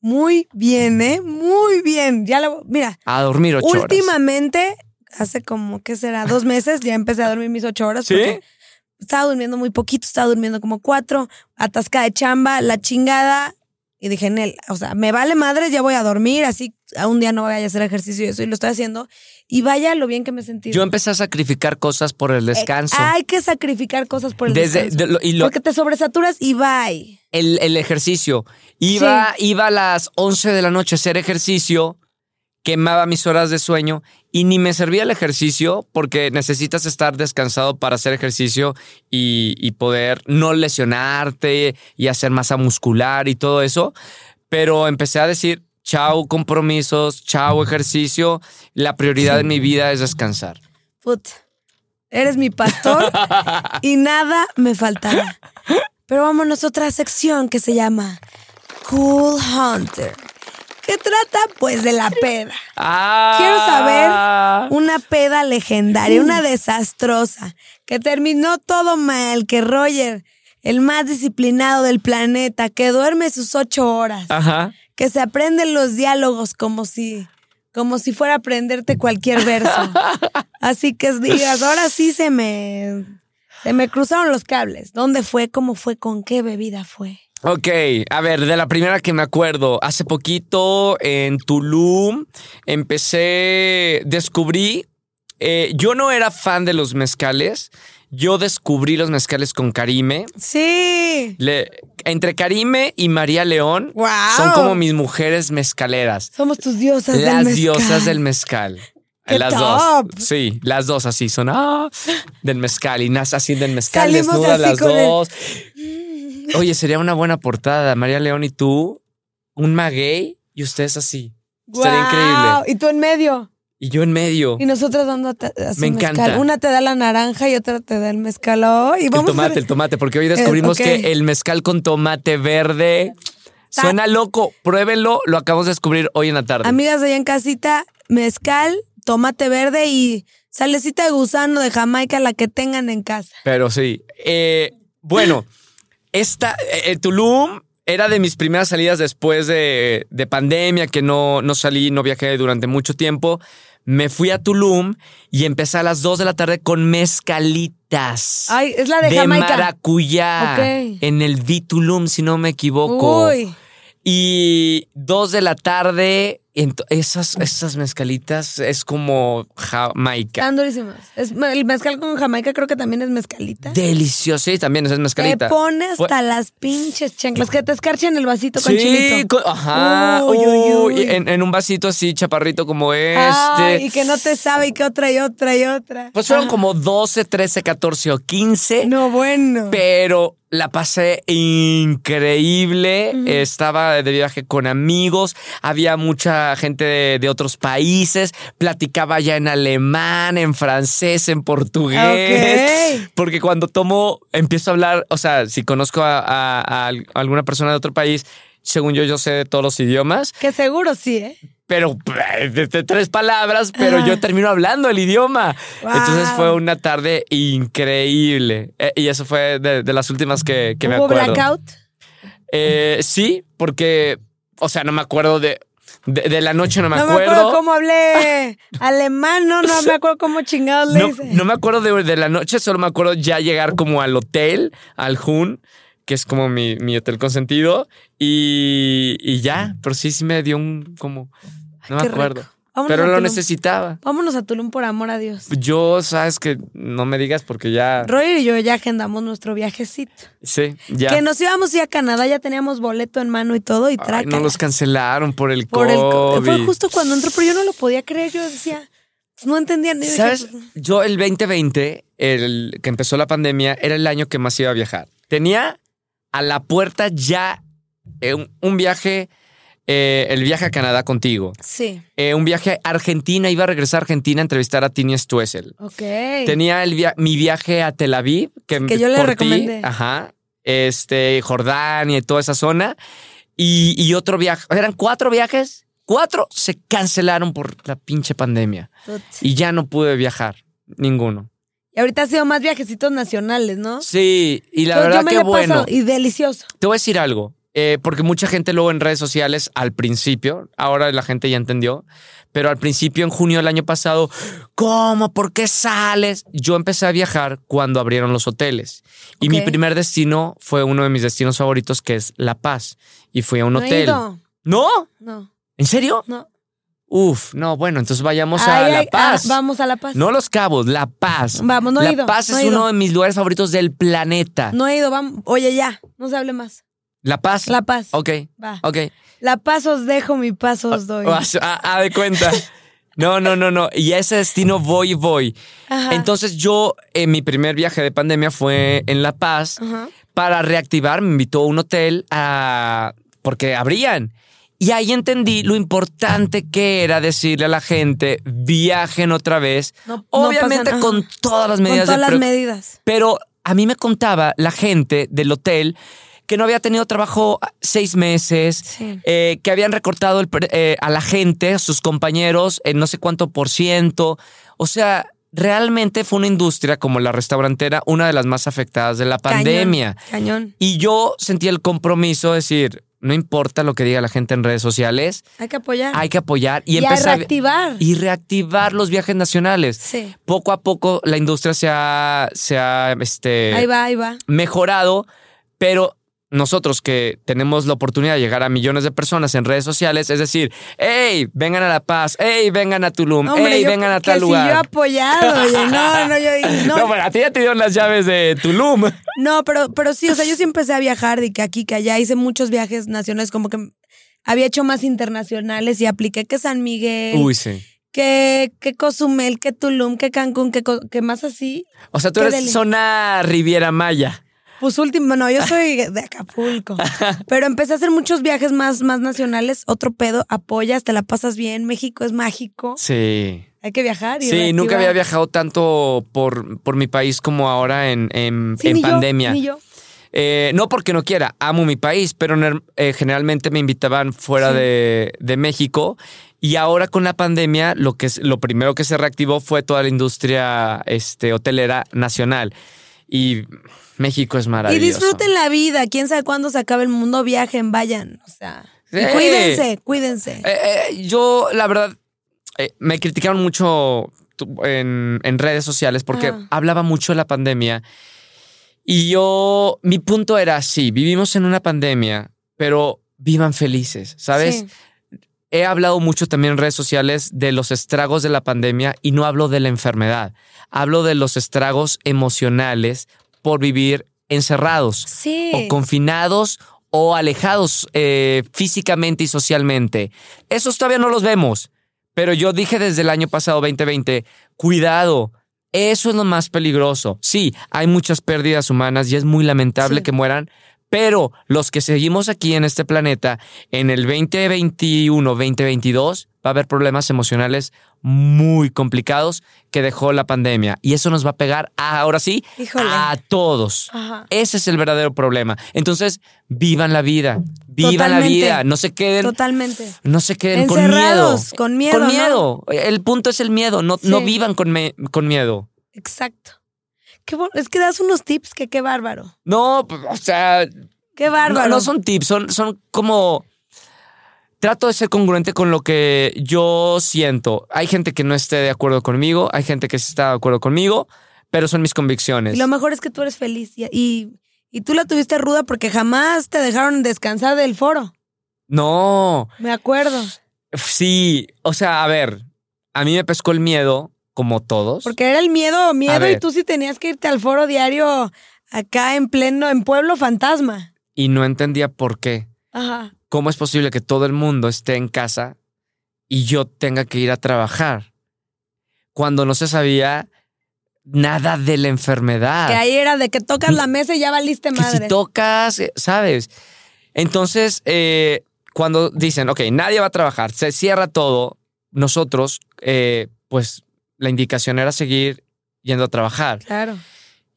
A: Muy bien, ¿eh? Muy bien. Ya la, mira,
B: A dormir ocho horas.
A: últimamente, hace como, ¿qué será? Dos meses ya empecé a dormir mis ocho horas.
B: ¿Sí?
A: porque Estaba durmiendo muy poquito, estaba durmiendo como cuatro, atascada de chamba, la chingada. Y dije, Nel, o sea, me vale madres, ya voy a dormir, así a un día no vaya a hacer ejercicio y eso, y lo estoy haciendo. Y vaya lo bien que me he sentido.
B: Yo empecé a sacrificar cosas por el descanso.
A: Hay que sacrificar cosas Eh, por el
B: Desde
A: descanso.
B: de lo- y lo-
A: Porque te sobresaturas y bye.
B: el, el ejercicio. Iba, iba a las 11 de la noche a hacer ejercicio, quemaba mis horas de sueño y ni me servía el ejercicio porque necesitas estar descansado para hacer ejercicio y, y poder no lesionarte y hacer masa muscular y todo eso. Pero empecé a decir, chao compromisos, chao ejercicio, la prioridad en mi vida es descansar.
A: Put, eres mi pastor y nada me faltará. Pero vámonos a otra sección que se llama Cool Hunter, que trata pues de la peda. Quiero
B: Ah.
A: saber una peda legendaria, una desastrosa, que terminó todo mal, que Roger, el más disciplinado del planeta, que duerme sus ocho horas,
B: Ajá.
A: que se aprende los diálogos como si como si fuera a aprenderte cualquier verso. Así que digas, ahora sí se me, se me cruzaron los cables. ¿Dónde fue? ¿Cómo fue? ¿Con qué bebida fue?
B: Ok, a ver, de la primera que me acuerdo, hace poquito en Tulum empecé, descubrí, eh, yo no era fan de los mezcales, yo descubrí los mezcales con Karime.
A: Sí.
B: Le- entre Karime y María León
A: ¡Guau!
B: son como mis mujeres mezcaleras.
A: Somos tus diosas del
B: las
A: mezcal.
B: diosas del mezcal.
A: ¡Qué
B: las
A: top!
B: dos. Sí, las dos así son ah, del mezcal y Nas así del mezcal,
A: Salimos
B: desnudas
A: así
B: las
A: con el-
B: dos. Oye, sería una buena portada. María León y tú, un maguey y ustedes así. Estaría
A: Guau,
B: increíble.
A: Y tú en medio.
B: Y yo en medio.
A: Y nosotras dando a- así
B: Me
A: mezcal.
B: encanta.
A: Una te da la naranja y otra te da el mezcal. Oh, y
B: El
A: vamos a
B: tomate,
A: hacer- Eh,
B: el tomate, porque hoy descubrimos
A: ok.
B: que el mezcal con tomate verde
A: Ta-
B: suena loco. Pruébenlo, lo acabamos de descubrir hoy en la tarde.
A: Amigas de allá en casita, mezcal, tomate verde y salecita de gusano de Jamaica, la que tengan en casa.
B: Pero sí. Eh, bueno, esta eh, eh, Tulum era de mis primeras salidas después de, de pandemia, que no, no salí, no viajé durante mucho tiempo. Me fui a Tulum y empecé a las 2 de la tarde con mezcalitas.
A: Ay, es la Ah, de, Jamaica.
B: maracuyá.
A: Ok.
B: En el D Tulum, si no me equivoco.
A: Uy,
B: Y 2 de la tarde, ento- esas, esas mezcalitas es como Jamaica.
A: están durísimas. Es- el mezcal con Jamaica creo que también es mezcalita.
B: Delicioso. Sí, también esa es mezcalita.
A: Te pone hasta
B: Fue-
A: las pinches chanclas que te escarchen el vasito con chilito.
B: co- ajá.
A: Uy, uy,
B: uy,
A: uy.
B: En, en un vasito así, chaparrito como este.
A: Ay, y que no te sabe, y que otra y otra y otra.
B: Pues fueron
A: Ah,
B: como 12, 13, 14 o 15.
A: No, bueno.
B: Pero la pasé increíble. Estaba de viaje con amigos. Había mucha gente de, de otros países. Platicaba ya en alemán, en francés, en portugués.
A: Ok.
B: Porque cuando tomo, empiezo a hablar, o sea, si conozco a, a- a al- alguna persona de otro país, según yo, yo sé todos los idiomas,
A: Que seguro sí, ¿eh?
B: pero eh, de- de tres palabras, pero
A: Ajá.
B: yo termino hablando el idioma.
A: Wow.
B: Entonces fue una tarde increíble. Eh, y eso fue de, de las últimas que, que me
A: ¿Hubo
B: acuerdo.
A: blackout?
B: Eh, sí, porque, o sea, no me acuerdo de, de, de la noche, no me
A: no
B: acuerdo.
A: me acuerdo cómo hablé alemán, no, no me acuerdo cómo chingados le
B: no,
A: hice.
B: no me acuerdo de, de la noche, solo me acuerdo ya llegar como al hotel, al Hun, que es como mi, mi hotel consentido. Y, y ya, pero sí, sí me dio un como... No me
A: Qué
B: acuerdo.
A: rico. Vámonos
B: Pero
A: a
B: lo
A: Tulum.
B: necesitaba.
A: Vámonos a Tulum por amor a Dios.
B: Yo, sabes que no me digas porque ya.
A: Roy y yo ya agendamos nuestro viajecito.
B: Sí, ya.
A: Que nos íbamos ya a Canadá, ya teníamos boleto en mano y todo y
B: Ay,
A: traca.
B: no los cancelaron por el
A: Por el co-
B: COVID.
A: Fue justo cuando entró, pero yo no lo podía creer. Yo decía, pues, no entendía. ni-
B: ¿Sabes? Yo el 2020, el que empezó la pandemia, era el año que más iba a viajar. Tenía a la puerta ya eh, un, un viaje, eh, el viaje a Canadá contigo,
A: Sí,
B: eh, un viaje a Argentina, iba a regresar a Argentina a entrevistar a Tini Stuessel.
A: ok.
B: Tenía el via- mi viaje a Tel Aviv, que,
A: Que yo le
B: por ti,
A: recomendé.
B: ajá. Este, Jordania y toda esa zona. Y, y otro viaje. Eran cuatro viajes. Cuatro se cancelaron por la pinche pandemia.
A: Tut. y,
B: Y ya no pude viajar. Ninguno.
A: ahorita ha sido más viajecitos nacionales, ¿no?
B: Sí, y la
A: Yo- yo
B: verdad
A: me
B: que
A: la he
B: bueno.
A: pasado, y delicioso.
B: Te voy a decir algo, eh, porque mucha gente luego en redes sociales al principio, ahora la gente ya entendió, pero al principio en junio del año pasado, ¿cómo? ¿Por qué sales? Yo empecé a viajar cuando abrieron los hoteles y mi
A: Ok.
B: primer destino fue uno de mis destinos favoritos que es La Paz y fui a un
A: No he
B: hotel.
A: ido.
B: ¿No?
A: No,
B: ¿En serio?
A: no.
B: Uf, no, bueno, entonces vayamos a
A: Ay,
B: La
A: ay, ah,
B: Paz.
A: vamos a La Paz.
B: No Los Cabos, La Paz.
A: Vamos, no he
B: la
A: ido,
B: Paz
A: no
B: es
A: he ido.
B: uno de mis lugares favoritos del planeta.
A: No he ido, vamos. Oye, ya, no se hable más.
B: La Paz.
A: La Paz.
B: Ok,
A: Va.
B: ok.
A: La Paz os dejo, mi paz os doy.
B: Ah, ah, de cuenta. No, no, no, no. Y a ese destino voy y voy.
A: Ajá.
B: Entonces yo, en mi primer viaje de pandemia fue en La Paz.
A: Ajá.
B: Para reactivar me invitó a un hotel a... porque abrían. Y ahí entendí lo importante que era decirle a la gente, viajen otra vez.
A: No- no
B: Obviamente
A: pasan- ajá.
B: con todas las
A: Con
B: medidas.
A: todas
B: de
A: las
B: pre-
A: medidas.
B: pero a mí me contaba la gente del hotel que no había tenido trabajo seis meses,
A: Sí.
B: eh, que habían recortado el pre- eh, a la gente, sus compañeros, en no sé cuánto por ciento. O sea, realmente fue una industria como la restaurantera, una de las más afectadas de la pandemia.
A: Cañón.
B: Y yo sentí el compromiso de decir, No importa lo que diga la gente en redes sociales,
A: Hay que apoyar.
B: hay que apoyar Ah. y,
A: y a
B: empezar
A: reactivar.
B: y reactivar los viajes nacionales.
A: Sí.
B: Poco a poco la industria se ha, se ha, este,
A: Ahí va, ahí va.
B: mejorado, pero nosotros que tenemos la oportunidad de llegar a millones de personas en redes sociales, es decir, hey, vengan a La Paz, hey, vengan a Tulum,
A: Hombre,
B: hey,
A: yo-
B: vengan a
A: que si
B: tal
A: yo he
B: lugar.
A: apoyado, oye, no, no, yo dije,
B: No,
A: no,
B: bueno, a ti ya te dieron las llaves de Tulum.
A: No, pero, pero sí, o sea, yo sí empecé a viajar de que aquí, que allá, hice muchos viajes nacionales, como que había hecho más internacionales y apliqué que San Miguel,
B: Uy, sí.
A: que, que Cozumel, que Tulum, que Cancún, que, co- que más así.
B: O sea, tú
A: Qué
B: eres
A: deli.
B: zona Riviera Maya.
A: Pues último, no, yo soy de Acapulco. Pero empecé a hacer muchos viajes más, más nacionales, otro pedo, apoyas, te la pasas bien, México es mágico,
B: Sí.
A: hay que viajar. Y
B: Sí,
A: reactivar.
B: nunca había viajado tanto por, por mi país como ahora en, en-
A: Sí,
B: en
A: ni yo,
B: pandemia.
A: ni yo.
B: Eh, no porque no quiera, amo mi país, pero ner- eh, generalmente me invitaban fuera
A: Sí.
B: de, de México. Y ahora con la pandemia, lo, que, es- lo primero que se reactivó fue toda la industria este, hotelera nacional. Y México es
A: Y
B: maravilloso.
A: disfruten la vida, quién sabe cuándo se acabe el mundo, viajen, vayan, o sea. y
B: Sí.
A: cuídense, cuídense.
B: Eh, eh, yo, la verdad, eh, me criticaron mucho tu- en, en redes sociales porque
A: Ah.
B: hablaba mucho de la pandemia. Y yo, mi punto era, sí, vivimos en una pandemia, pero vivan felices, ¿sabes?
A: Sí.
B: He hablado mucho también en redes sociales de los estragos de la pandemia y no hablo de la enfermedad, hablo de los estragos emocionales por vivir encerrados
A: Sí.
B: o confinados o alejados eh, físicamente y socialmente. Esos todavía no los vemos, pero yo dije desde el año pasado 2020, cuidado, eso es lo más peligroso. Sí, hay muchas pérdidas humanas y es muy lamentable
A: Sí.
B: que mueran, pero los que seguimos aquí en este planeta, en el 2021, 2022, va a haber problemas emocionales muy complicados que dejó la pandemia y eso nos va a pegar ahora sí
A: Híjole.
B: a todos.
A: Ajá.
B: Ese es el verdadero problema. Entonces, vivan la vida. Vivan la
A: Totalmente.
B: vida. No se queden.
A: Totalmente.
B: No se queden con miedo.
A: Encerrados, con miedo.
B: Con
A: ¿no?
B: miedo. El punto es el miedo. No,
A: Sí.
B: no vivan con, me- con miedo.
A: Exacto. Qué bon- es que das unos tips que qué bárbaro.
B: No, o sea,
A: Qué bárbaro.
B: no, no son tips, son, son como. Trato de ser congruente con lo que yo siento. Hay gente que no esté de acuerdo conmigo, hay gente que sí está de acuerdo conmigo, pero son mis convicciones.
A: Y lo mejor es que tú eres feliz y, y, y tú la tuviste ruda porque jamás te dejaron descansar del foro.
B: No,
A: Me acuerdo.
B: Sí, o sea, a ver, a mí me pescó el miedo, como todos.
A: Porque era el miedo, miedo y
B: ver.
A: tú sí tenías que irte al foro diario acá en pleno, en Pueblo Fantasma.
B: Y no entendía por qué.
A: Ajá.
B: ¿Cómo es posible que todo el mundo esté en casa y yo tenga que ir a trabajar? Cuando no se sabía nada de la enfermedad.
A: Que ahí era de que tocas la mesa y ya valiste
B: que
A: madre.
B: si tocas, eh, ¿sabes? Entonces, eh, cuando dicen, ok, nadie va a trabajar, se cierra todo, nosotros, eh, pues la indicación era seguir yendo a trabajar.
A: Claro.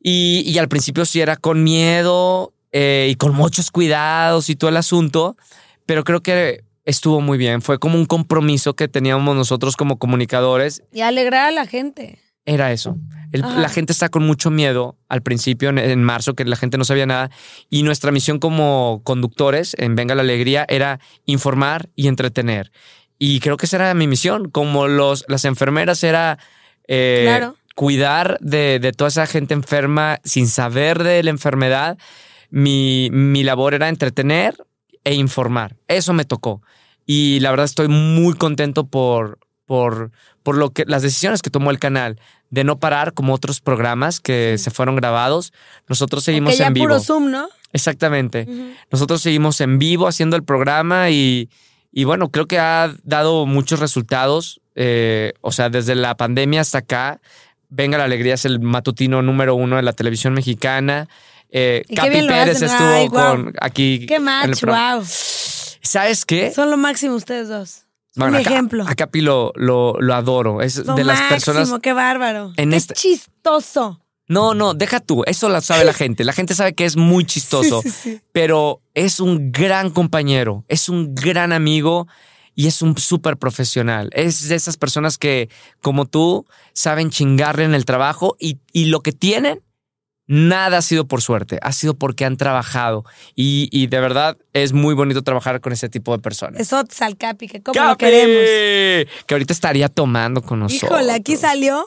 B: Y, y al principio sí era con miedo eh, y con muchos cuidados y todo el asunto, pero creo que estuvo muy bien. Fue como un compromiso que teníamos nosotros como comunicadores.
A: Y alegrar a la gente.
B: Era eso. El-
A: Ajá.
B: la gente está con mucho miedo al principio, en, en marzo, que la gente no sabía nada. Y nuestra misión como conductores en Venga la Alegría era informar y entretener. Y creo que esa era mi misión. Como los, las enfermeras era... eh,
A: Claro.
B: cuidar de, de toda esa gente enferma sin saber de la enfermedad. Mi, mi labor era entretener e informar. Eso me tocó. Y la verdad estoy muy contento por, por, por lo que, las decisiones que tomó el canal de no parar como otros programas que se fueron grabados. Nosotros seguimos
A: que ya
B: en vivo. Eh,
A: puro Zoom, ¿no?
B: Exactamente.
A: Ujú.
B: Nosotros seguimos en vivo haciendo el programa y, y bueno, creo que ha dado muchos resultados. eh, o sea, desde la pandemia hasta acá, Venga la Alegría es el matutino número uno de la televisión mexicana. Eh,
A: Y qué
B: Capi
A: bien lo
B: Pérez
A: hacen.
B: estuvo
A: Ay, guau.
B: con aquí.
A: Qué
B: en el ¿Eh?
A: match,
B: programa.
A: wow.
B: ¿Sabes qué?
A: Son lo máximo ustedes dos.
B: Bueno,
A: un
B: a, Ca-
A: ejemplo.
B: a Capi lo, lo, lo adoro. Es
A: lo
B: de las
A: máximo,
B: personas
A: qué bárbaro.
B: en
A: qué
B: este-
A: chistoso.
B: No, no, deja tú. Eso lo sabe la gente. La gente sabe que es muy chistoso,
A: Sí, sí, sí.
B: pero es un gran compañero, es un gran amigo y es un súper profesional. Es de esas personas que, como tú, saben chingarle en el trabajo y, y lo que tienen Nada ha sido por suerte, ha sido porque han trabajado y, y de verdad es muy bonito trabajar con ese tipo de personas.
A: Eso al Capi, que como lo
B: ¡Capi!
A: queremos.
B: Que ahorita estaría tomando con nosotros.
A: Híjole, aquí salió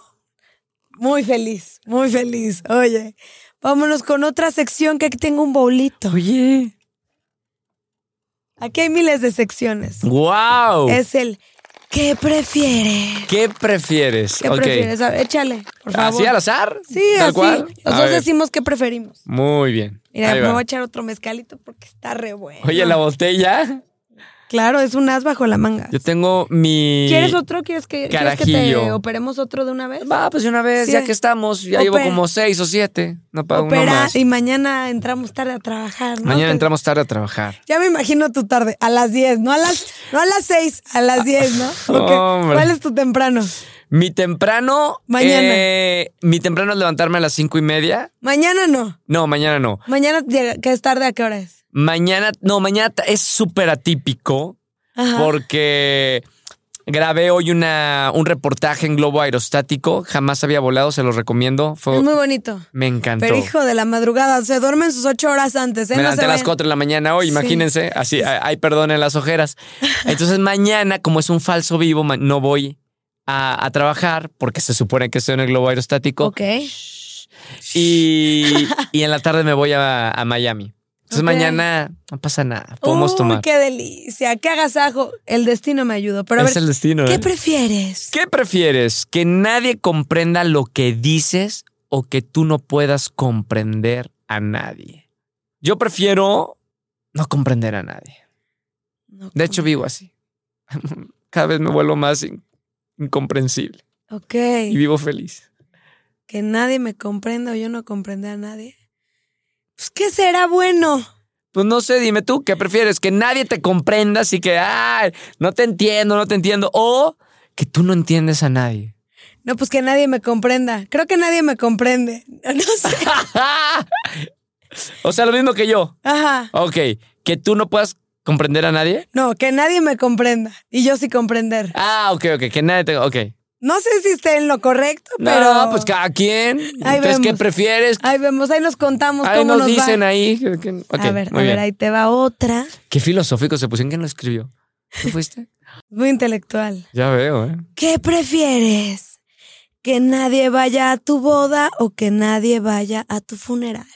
A: muy feliz, muy feliz. Oye, vámonos con otra sección que aquí tengo un bolito.
B: Oye.
A: Aquí hay miles de secciones.
B: ¡Wow!
A: Es el ¿qué prefieres?
B: ¿Qué prefieres?
A: ¿Qué
B: Ok.
A: prefieres? A ver, échale, por favor.
B: ¿Así al azar?
A: Sí,
B: ¿Tal
A: así.
B: cual?
A: Los
B: A
A: dos
B: ver.
A: decimos qué preferimos.
B: Muy bien.
A: Mira,
B: Ahí
A: me
B: va.
A: voy a echar otro mezcalito porque está re bueno.
B: Oye, la botella.
A: Claro, es un as bajo la manga.
B: Yo tengo mi.
A: ¿Quieres otro? ¿Quieres que, quieres que te
B: Carajillo.
A: operemos otro de una vez?
B: Va, pues de una vez,
A: Sí.
B: ya que estamos, ya llevo
A: Opera.
B: como seis o siete. No pago uno
A: Opera
B: más.
A: y mañana entramos tarde a trabajar. ¿no?
B: Mañana
A: Te-
B: entramos tarde a trabajar.
A: Ya me imagino tu tarde, a las 10, no a las, no a las 6, a las 10, ¿no? Ok.
B: Hombre.
A: ¿Cuál es tu temprano?
B: Mi temprano.
A: Mañana.
B: eh, mi temprano es levantarme a las cinco y media.
A: Mañana no.
B: No, mañana no.
A: Mañana, llega- ¿qué es tarde? ¿A qué hora es?
B: Mañana, no, mañana ta- es súper atípico
A: Ajá.
B: porque grabé hoy una, un reportaje en globo aerostático. Jamás había volado, se los recomiendo. Fue,
A: Es muy bonito.
B: me encantó.
A: Pero hijo de la madrugada, se duermen sus 8 horas antes, ¿eh?
B: Me
A: No
B: levanté
A: se
B: a las
A: vayan.
B: 4 de la mañana hoy,
A: Sí.
B: imagínense. Así, ay, ay, perdón en las ojeras. Entonces, mañana, como es un falso vivo, ma- no voy a, a trabajar porque se supone que estoy en el globo aerostático.
A: Ok.
B: Y, y en la tarde me voy a, a Miami. Entonces,
A: Ok.
B: mañana no pasa nada. Podemos
A: Uy,
B: tomar.
A: qué delicia, qué agasajo. El destino me ayudó. Pero a
B: es
A: ver,
B: el destino.
A: ¿qué
B: ¿eh?
A: prefieres?
B: ¿Qué prefieres? ¿Que nadie comprenda lo que dices o que tú no puedas comprender a nadie? Yo prefiero no comprender a nadie.
A: No,
B: De hecho,
A: ¿cómo?
B: vivo así. Cada vez me vuelvo más in- incomprensible
A: Ok.
B: y vivo feliz.
A: Que nadie me comprenda o yo no comprenda a nadie. Pues, ¿qué será bueno?
B: Pues no sé, dime tú, ¿qué prefieres? ¿Que nadie te comprenda así que, ay, no te entiendo, no te entiendo? ¿O que tú no entiendes a nadie?
A: No, pues que nadie me comprenda. Creo que nadie me comprende. No sé.
B: o sea, lo mismo que yo.
A: Ajá.
B: Ok, ¿que tú no puedas comprender a nadie?
A: No, que nadie me comprenda. Y yo sí comprender.
B: Ah, ok, ok, que nadie te... Ok.
A: No sé si esté en lo correcto,
B: No,
A: pero.
B: pues cada quien. Entonces, ¿qué
A: vemos.
B: prefieres?
A: Ahí vemos, ahí nos contamos
B: Ahí
A: cómo
B: nos
A: nos, va.
B: dicen ahí. que- que- ok,
A: a ver,
B: muy
A: a
B: bien.
A: ver, ahí te va otra.
B: Qué filosófico se pusieron. ¿Quién lo escribió? ¿Tú fuiste?
A: Muy intelectual.
B: ya veo, ¿eh?
A: ¿Qué prefieres? ¿Que nadie vaya a tu boda o que nadie vaya a tu funeral?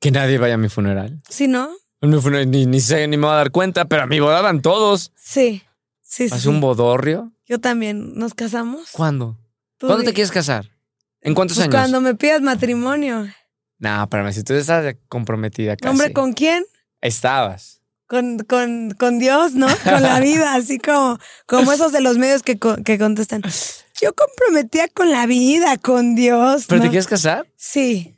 B: Que nadie vaya a mi funeral.
A: ¿Sí, no?
B: En mi funeral ni, ni sé, ni me voy a dar cuenta, pero a mi boda van todos.
A: Sí. Sí, sí.
B: ¿Hace un bodorrio?
A: Yo también. ¿Nos casamos?
B: ¿Cuándo?
A: Tú
B: ¿Cuándo
A: di-
B: te quieres casar? ¿En cuántos
A: Pues
B: años?
A: cuando me pidas matrimonio.
B: No, espérame, si tú estás comprometida casi.
A: ¿Hombre con quién?
B: Estabas.
A: con, con, con Dios, ¿no? Con la vida, así como, como esos de los medios que, co- que contestan. Yo comprometía con la vida, con Dios.
B: ¿Pero
A: ¿no?".
B: te quieres casar?
A: Sí,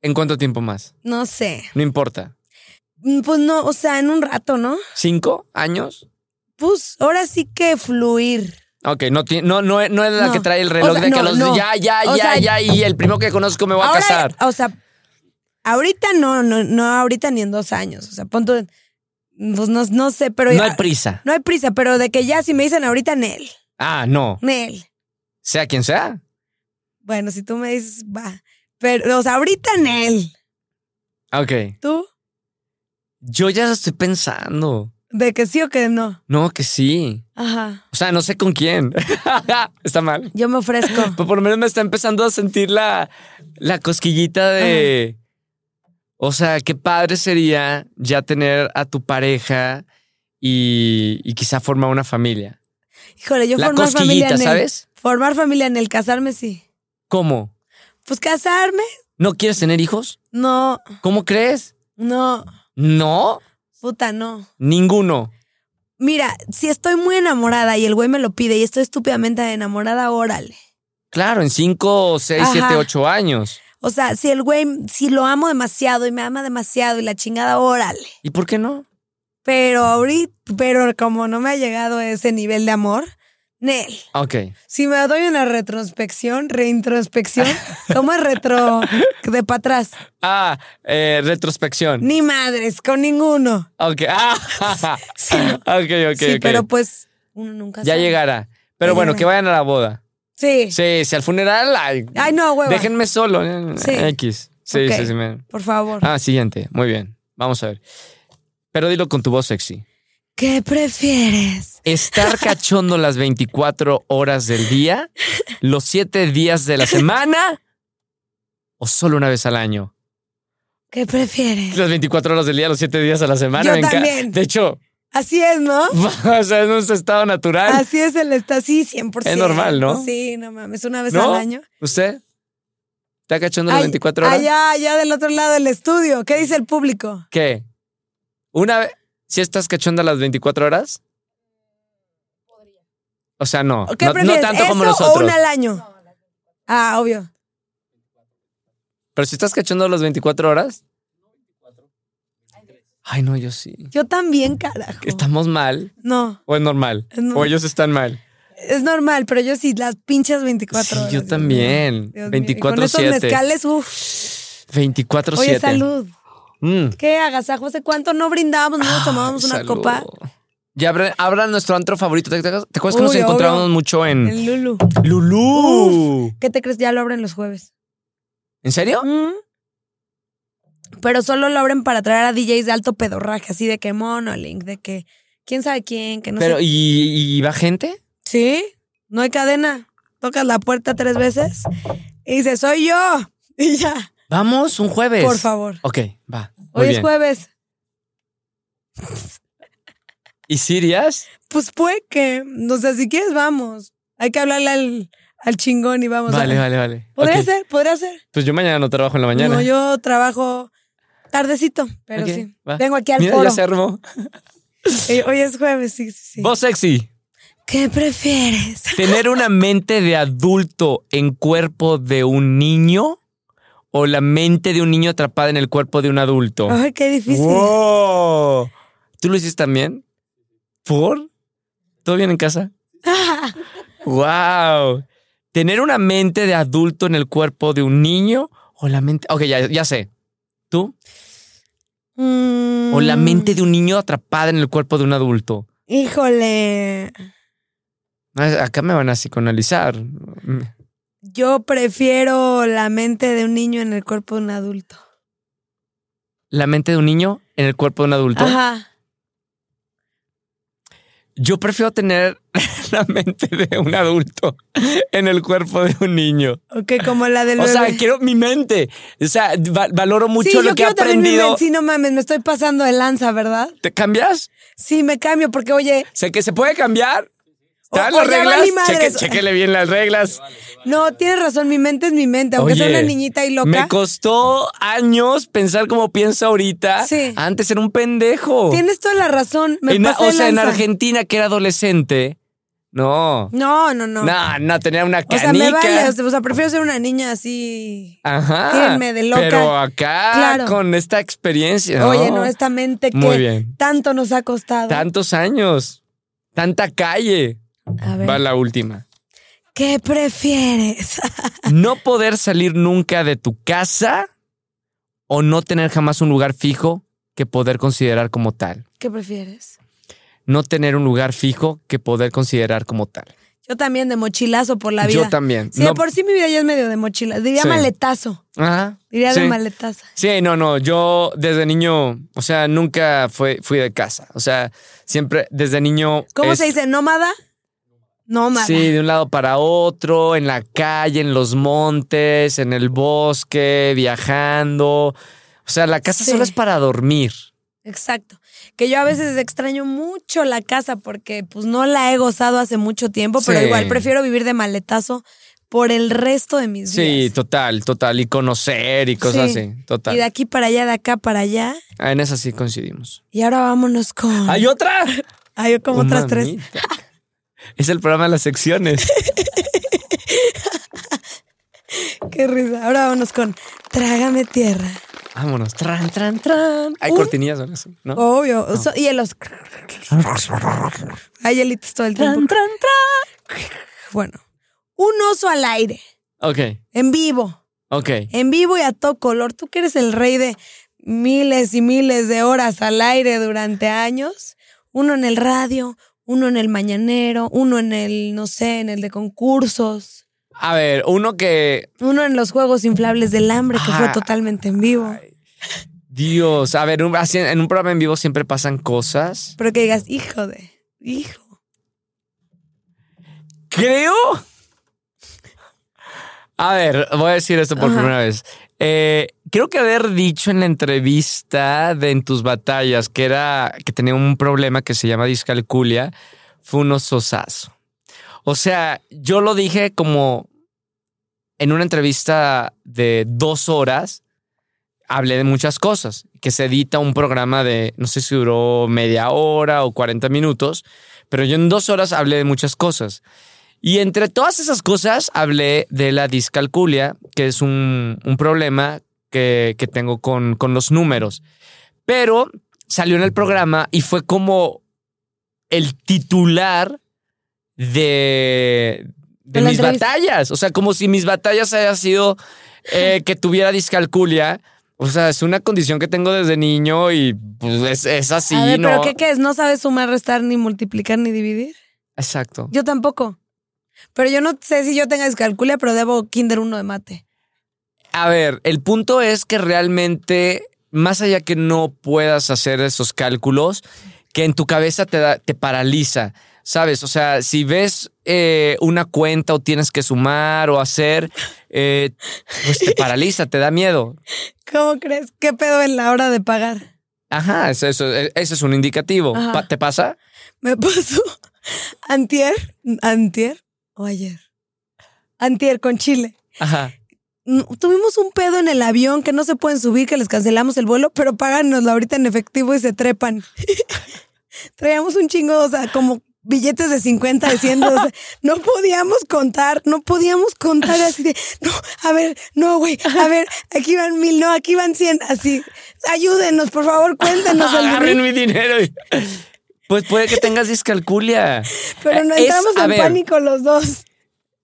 B: ¿En cuánto tiempo más?
A: no sé.
B: No importa.
A: Mm, Pues no, o sea, en un rato, ¿no?
B: ¿Cinco años?
A: Pues ahora sí que fluir.
B: Ok, no, ti- no, no, no es la
A: No.
B: que trae el
A: O
B: reloj
A: sea,
B: de que
A: no,
B: a los
A: no.
B: ya, ya,
A: O
B: ya,
A: sea,
B: ya, y el primero que conozco me voy a
A: ahora,
B: casar.
A: O sea, ahorita no, no, no ahorita ni en dos años. O sea, punto. Pues no, no sé, pero
B: No
A: ya-
B: hay prisa.
A: no hay prisa, pero de que ya si me dicen ahorita, en él,
B: Ah, no.
A: en él.
B: Sea quien sea.
A: Bueno, si tú me dices, va. Pero, o sea, ahorita en él.
B: Ok.
A: ¿Tú?
B: Yo ya estoy pensando.
A: ¿De que sí o que no?
B: No, que sí.
A: Ajá.
B: O sea, no sé con quién. está mal.
A: Yo me ofrezco.
B: Pero por lo menos me está empezando a sentir la, la cosquillita de. O sea, qué padre sería ya tener a tu pareja y, y quizá formar una familia.
A: Híjole, yo
B: la
A: formar familia
B: cosquillita,
A: en él.
B: ¿sabes?
A: Formar familia en el casarme, sí.
B: ¿Cómo?
A: Pues casarme,
B: ¿No quieres tener hijos?
A: no,
B: ¿Cómo crees?
A: no,
B: No,
A: puta, no.
B: ninguno.
A: Mira, si estoy muy enamorada y el güey me lo pide y estoy estúpidamente enamorada, órale.
B: Claro, en cinco, seis,
A: Ajá.
B: siete, ocho años.
A: O sea, si el güey, si lo amo demasiado y me ama demasiado y la chingada, órale.
B: ¿Y por qué no?
A: Pero ahorita, pero como no me ha llegado a ese nivel de amor, Nel.
B: Ok.
A: Si me doy una retrospección, reintrospección, ¿cómo es retro? De para atrás.
B: Ah, eh, retrospección.
A: Ni madres, con ninguno.
B: Ok. Ah,
A: Sí, no.
B: ok, ok,
A: sí,
B: ok.
A: pero pues uno nunca
B: Ya
A: sabe.
B: llegará. Pero
A: Ya
B: bueno,
A: llegará.
B: que vayan a la boda.
A: Sí.
B: Sí, si al funeral. Ay,
A: Ay, no, hueva.
B: Déjenme solo. eh,
A: Sí.
B: X. Sí,
A: Ok.
B: sí, sí. me-
A: Por favor.
B: Ah, siguiente. Muy bien. Vamos a ver. Pero dilo con tu voz sexy.
A: ¿Qué prefieres?
B: Estar cachondo las 24 horas del día, los 7 días de la semana o solo una vez al año.
A: ¿Qué prefieres?
B: Las 24 horas del día, los 7 días a la semana.
A: Yo
B: me enca-
A: también.
B: De hecho,
A: Así es, ¿no?
B: o sea, es nuestro estado natural.
A: Así es el está así 100%.
B: Es normal, ¿no?
A: Sí, no mames, una vez
B: ¿No?
A: al año.
B: ¿Usted? ¿Está cachondo las
A: Ay,
B: 24 horas?
A: Allá, allá del otro lado del estudio. ¿Qué dice el público?
B: ¿Qué? ¿Una vez? ¿Si estás cachonda las 24 horas? O sea, no.
A: ¿Qué
B: no, no
A: prefieres?
B: tanto
A: ¿Eso
B: como nosotros.
A: o una al año? Ah, obvio.
B: Pero si estás cachonda las 24 horas. Ay, no, yo sí.
A: Yo también, carajo.
B: ¿Estamos mal?
A: No,
B: ¿O es normal?
A: Es normal.
B: ¿O ellos están mal?
A: es normal, pero yo sí, las pinches 24
B: Sí,
A: horas.
B: yo
A: Dios
B: también.
A: mío. Dios mío. Y Con esos
B: 24-7.
A: mezcales, uff.
B: 24-7.
A: Oye, salud.
B: Mm.
A: ¿Qué agasajo? ¿Hace cuánto no brindábamos? No nos tomábamos
B: Ay,
A: una
B: Ah, salud.
A: copa.
B: Ya abra, abra nuestro antro favorito. ¿Te, te- te acuerdas que nos
A: Uy, obvio.
B: encontrábamos mucho en
A: El Lulu.
B: Lulú?
A: ¿Qué te crees? Ya lo abren los jueves.
B: ¿En serio?
A: Mm. Pero solo lo abren para traer a DJs de alto pedorraje, así de que Monolink, de que quién sabe quién, que no
B: Pero,
A: sé.
B: ¿y, y va gente?
A: Sí, no hay cadena. Tocas la puerta tres veces y dices, soy yo. Y ya,
B: Vamos un jueves.
A: por favor.
B: Ok, va. Muy
A: Hoy es
B: bien.
A: jueves.
B: ¿Y Sirias?
A: Pues puede que, no sé, si quieres, vamos. Hay que hablarle al, al chingón y vamos.
B: Vale,
A: a...
B: vale, vale.
A: Podría
B: Ok.
A: ser, podría ser.
B: Pues yo mañana no trabajo en la mañana.
A: No, yo trabajo tardecito, pero
B: Ok,
A: sí.
B: va.
A: Vengo aquí al
B: Mira,
A: foro.
B: ya se armó.
A: Eh, Hoy es jueves, sí, sí, sí.
B: Vos sexy.
A: ¿Qué prefieres?
B: ¿Tener una mente de adulto en cuerpo de un niño o la mente de un niño atrapada en el cuerpo de un adulto?
A: Ay, qué difícil.
B: Oh. ¡Wow! ¿Tú lo hiciste también? ¿Por? ¿Todo bien en casa? ¡Wow! ¿Tener una mente de adulto en el cuerpo de un niño o la mente... Ok, ya, ya sé. ¿Tú? ¿O la
A: Mm.
B: mente de un niño atrapada en el cuerpo de un adulto?
A: Híjole.
B: Ah, Acá me van a psicoanalizar.
A: Yo prefiero la mente de un niño en el cuerpo de un adulto.
B: ¿La mente de un niño en el cuerpo de un adulto?
A: Ajá.
B: Yo prefiero tener la mente de un adulto en el cuerpo de un niño.
A: Ok, como la del
B: O sea,
A: bebé.
B: quiero mi mente. O sea, va- valoro mucho
A: sí,
B: lo
A: yo
B: que he
A: quiero también mi
B: aprendido.
A: mente. Sí, no mames, me estoy pasando de lanza, ¿verdad?
B: ¿Te cambias?
A: Sí, me cambio porque, oye,
B: O sea, que se puede cambiar. ¿Están
A: O- o
B: las
A: ya
B: reglas?
A: valí madres.
B: Cheque- chéquele bien las reglas.
A: no, tienes razón, mi mente es mi mente, aunque sea
B: Oye,
A: una niñita y
B: Me
A: loca.
B: costó años pensar como pienso ahorita.
A: Sí.
B: Antes era un pendejo.
A: Tienes toda la razón, me
B: En-
A: pasé
B: o
A: de
B: sea, en
A: lanza.
B: Argentina que era adolescente. No.
A: No, no, no.
B: No, no, tenía una
A: o
B: canica.
A: sea, me vale, o sea, o sea, prefiero ser una niña así.
B: Ajá.
A: Tírenme de loca.
B: Pero acá,
A: Claro.
B: con esta experiencia.
A: Oye, no, esta mente que
B: Muy bien.
A: tanto nos ha costado.
B: Tantos años. Tanta calle.
A: A ver.
B: Va la última.
A: ¿Qué prefieres?
B: No poder salir nunca de tu casa o no tener jamás un lugar fijo que poder considerar como tal.
A: ¿Qué prefieres?
B: No tener un lugar fijo que poder considerar como tal.
A: Yo también de mochilazo por la vida.
B: Yo también.
A: Sí,
B: No-
A: de por sí mi vida ya es medio de mochila. Diría
B: Sí.
A: maletazo.
B: Ajá.
A: Diría de
B: Sí.
A: maletazo.
B: Sí, no, no. Yo desde niño, o sea, nunca fue, fui de casa. O sea, siempre desde niño.
A: ¿Cómo
B: es-
A: se dice? ¿Nómada? Nómada.
B: Sí, de un lado para otro, en la calle, en los montes, en el bosque, viajando. O sea, la casa
A: Sí.
B: solo es para dormir.
A: Exacto. Que yo a veces extraño mucho la casa porque pues no la he gozado hace mucho tiempo, pero
B: Sí.
A: igual prefiero vivir de maletazo por el resto de mis
B: Sí,
A: días.
B: total, total. Y conocer y cosas
A: Sí.
B: así.
A: Y de
B: Total.
A: aquí para allá, de acá para allá.
B: Ah, En eso sí coincidimos.
A: Y ahora vámonos con...
B: ¡Hay otra!
A: Hay como otras tres.
B: Mamita. Es el programa de las secciones.
A: Qué risa. Ahora vámonos con Trágame Tierra.
B: Vámonos. Tran, tran, tran. Hay
A: Un- Oh.
B: cortinillas ahora sí, ¿no?
A: Obvio. So- y en los. Hay hielitos todo el tiempo. Bueno. Un oso al aire.
B: Ok,
A: En vivo.
B: ok.
A: En vivo y a todo color. Tú que eres el rey de miles y miles de horas al aire durante años. Uno en el radio, uno en el mañanero, uno en el, no sé, en el de concursos.
B: A ver, uno que.
A: Uno en los Juegos Inflables del Hambre, que fue
B: Ah.
A: totalmente en vivo.
B: Dios, a ver, un- así en un programa en vivo siempre pasan cosas.
A: Pero que digas, hijo de, hijo.
B: Creo. A ver, voy a decir esto por
A: Ajá.
B: primera vez. Eh, creo que haber dicho en la entrevista de En tus batallas que era que tenía un problema que se llama discalculia fue un ososazo. O sea, yo lo dije como en una entrevista de dos horas. Hablé de muchas cosas, que se edita un programa de, no sé si duró media hora o 40 minutos, pero yo en dos horas hablé de muchas cosas. Y entre todas esas cosas hablé de la discalculia, que es un, un problema que, que tengo con, con los números. Pero salió en el programa y fue como el titular de, de
A: De la
B: mis
A: entrevista.
B: batallas. O sea, como si mis batallas haya sido eh, que tuviera discalculia. O sea, es una condición que tengo desde niño y pues, es, es así,
A: a ver,
B: ¿no?
A: ¿pero qué, qué es? ¿No sabes sumar, restar, ni multiplicar, ni dividir?
B: Exacto.
A: Yo tampoco. Pero yo no sé si yo tenga descalculia, pero debo kinder uno de mate.
B: A ver, el punto es que realmente, más allá que no puedas hacer esos cálculos, que en tu cabeza te, da- te paraliza, ¿sabes? O sea, si ves eh, una cuenta o tienes que sumar o hacer, eh, pues te paraliza, te da miedo.
A: ¿Cómo crees? ¿Qué pedo en la hora de pagar?
B: Ajá, eso, eso- e, ese es un indicativo.
A: Ajá.
B: Pa- ¿Te pasa?
A: Me pasó antier, antier o ayer. Antier con Chile.
B: Ajá.
A: Mm, Tuvimos un pedo en el avión que no se pueden subir, que les cancelamos el vuelo, pero páganoslo ahorita en efectivo y se trepan. Traíamos un chingo, o sea, como billetes de 50, de 100, o sea, no podíamos contar, no podíamos contar así de, no, a ver, no, güey, a ver, aquí van mil, no, aquí van 100, así, ayúdenos, por favor, cuéntenos el
B: Agarren
A: burrito.
B: mi dinero. y- Pues puede que tengas discalculia.
A: Pero no
B: Es-
A: entramos
B: a
A: en
B: ver,
A: pánico los dos.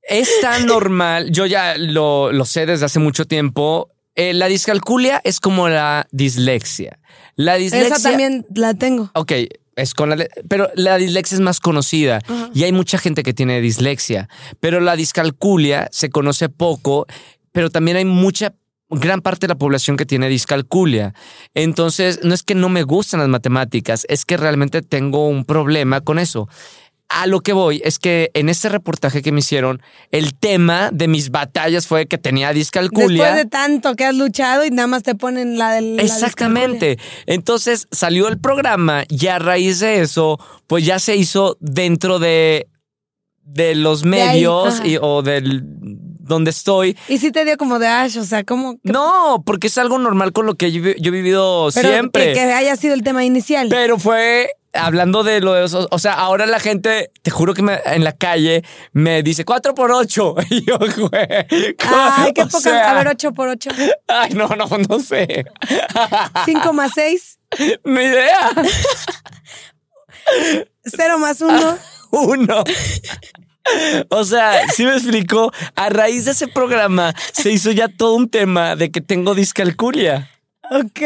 B: Es tan normal, yo ya lo, lo sé desde hace mucho tiempo, eh, la discalculia es como la dislexia. La dislexia...
A: Esa también la tengo.
B: Ok, es con la... le- Pero la dislexia es más conocida
A: Ajá.
B: y hay mucha gente que tiene dislexia, pero la discalculia se conoce poco, pero también hay mucha... Gran parte de la población que tiene discalculia. Entonces, no es que no me gustan las matemáticas, es que realmente tengo un problema con eso. A lo que voy es que en este reportaje que me hicieron, el tema de mis batallas fue que tenía discalculia.
A: Después de tanto que has luchado y nada más te ponen la del... la
B: Exactamente. Entonces salió el programa y a raíz de eso, pues ya se hizo dentro de, de los
A: De ahí,
B: medios
A: ajá.
B: y- o del donde estoy.
A: Y sí te dio como de ash, o sea, como... que-
B: No, porque es algo normal con lo que yo, he- yo he vivido
A: pero
B: siempre.
A: Que, que haya sido el tema inicial.
B: Pero fue hablando de lo de esos. O sea, ahora la gente, te juro que me- en la calle me dice 4 por 8 Y yo, güey.
A: Ay, qué
B: o
A: poca.
B: sea,
A: a ver, 8 por 8.
B: Ay, no, no, no sé.
A: 5 más 6,
B: Ni idea.
A: 0 más 1.
B: Uno. O sea, si me explico, a raíz de ese programa se hizo ya todo un tema de que tengo discalculia.
A: Ok.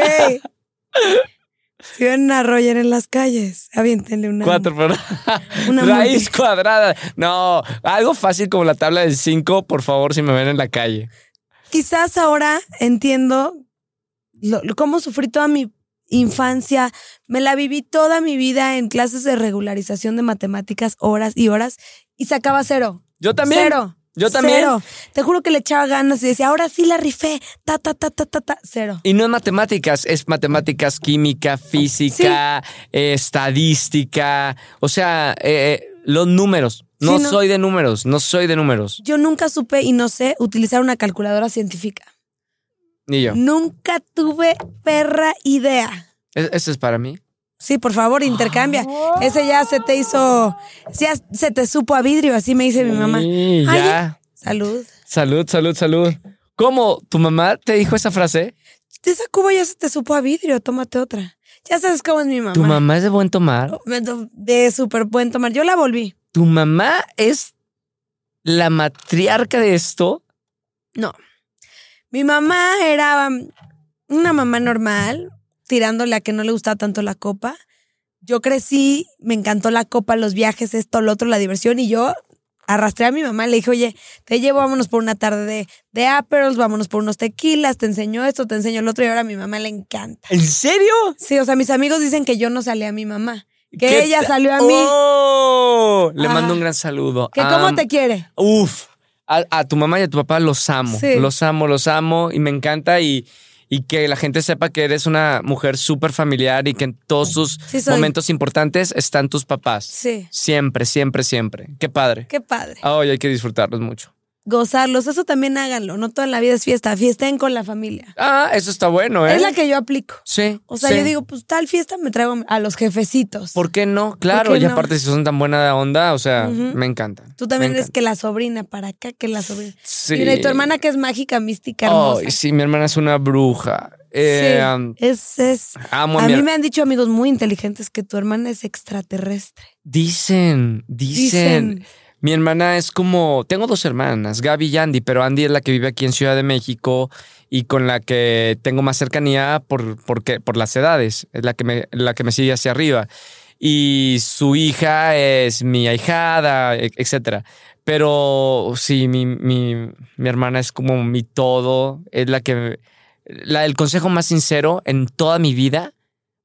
A: Si ven a Roger en las calles, aviéntenle una.
B: Cuatro, pero
A: Una
B: raíz cuadrada. No, algo fácil como la tabla del cinco, por favor, si me ven en la calle.
A: Quizás ahora entiendo lo- lo- cómo sufrí toda mi infancia. Me la viví toda mi vida en clases de regularización de matemáticas, horas y horas, y sacaba cero.
B: Yo también.
A: Cero.
B: Yo también.
A: Cero. Te juro que le echaba ganas y decía, ahora sí la rifé. Ta, ta, ta, ta, ta, ta. Cero.
B: Y no es matemáticas, es matemáticas, química, física, eh, estadística. O sea, eh, los números. No,
A: Sí, no.
B: soy de números, no soy de números.
A: Yo nunca supe y no sé utilizar una calculadora científica.
B: Ni yo.
A: Nunca tuve perra idea.
B: E- ese es para mí.
A: Sí, por favor, intercambia.
B: Ah.
A: Ese ya se te hizo, ya se te supo a vidrio, así me dice mi mamá.
B: Sí,
A: Ay,
B: ya.
A: Salud.
B: Salud, salud, salud. ¿Cómo? ¿Tu mamá te dijo esa frase?
A: Esa cuba ya se te supo a vidrio, tómate otra. Ya sabes cómo es mi mamá.
B: ¿Tu mamá es de buen tomar?
A: De súper buen tomar. Yo la volví.
B: ¿Tu mamá es la matriarca de esto?
A: No. Mi mamá era um, una mamá normal, tirándole a que no le gustaba tanto la copa. Yo crecí, me encantó la copa, los viajes, esto, lo otro, la diversión, y yo arrastré a mi mamá, le dije, oye, te llevo, vámonos por una tarde de, de Aperols, vámonos por unos tequilas, te enseño esto, te enseño el otro, y ahora a mi mamá le encanta.
B: ¿En serio?
A: Sí, o sea, mis amigos dicen que yo no salí a mi mamá, que
B: ¿Qué
A: ella
B: ta-
A: salió a mí,
B: ¡Oh! Le
A: Ajá.
B: mando un gran saludo.
A: que cómo
B: Oh, Am-
A: te quiere.
B: Uf, a, a tu mamá y a tu papá los amo,
A: Sí.
B: los amo, los amo y me encanta y, y que la gente sepa que eres una mujer súper familiar y que en todos sus
A: Sí, soy.
B: momentos importantes están tus papás.
A: Sí,
B: Siempre, siempre, siempre. Qué padre.
A: qué padre.
B: Ay, Ah, hay que disfrutarlos mucho.
A: Gozarlos, eso también háganlo, no toda la vida es fiesta, fiesten con la familia.
B: Ah, eso está bueno, ¿eh?
A: Es la que yo aplico.
B: Sí.
A: O sea,
B: sí.
A: yo digo, pues tal fiesta me traigo a los jefecitos.
B: ¿Por qué no? Claro,
A: qué
B: y
A: no?
B: aparte si son tan buena onda, o sea,
A: Ujú.
B: me encantan.
A: Tú también
B: me
A: eres
B: encanta.
A: que la sobrina para acá, que la sobrina.
B: Sí.
A: Mira, y tu hermana que es mágica, mística, hermosa.
B: Ay, sí, mi hermana es una bruja. Eh,
A: sí, es, es.
B: Amo a,
A: A
B: mi
A: mí
B: her-
A: me han dicho amigos muy inteligentes que tu hermana es extraterrestre.
B: Dicen, dicen,
A: Dicen,
B: Mi hermana es como, tengo dos hermanas, Gaby y Andy, pero Andy es la que vive aquí en Ciudad de México y con la que tengo más cercanía por, porque, por las edades, es la que, me, la que me sigue hacia arriba. Y su hija es mi ahijada, e- etcétera. Pero sí, mi, mi, mi hermana es como mi todo, es la que, la, el consejo más sincero en toda mi vida,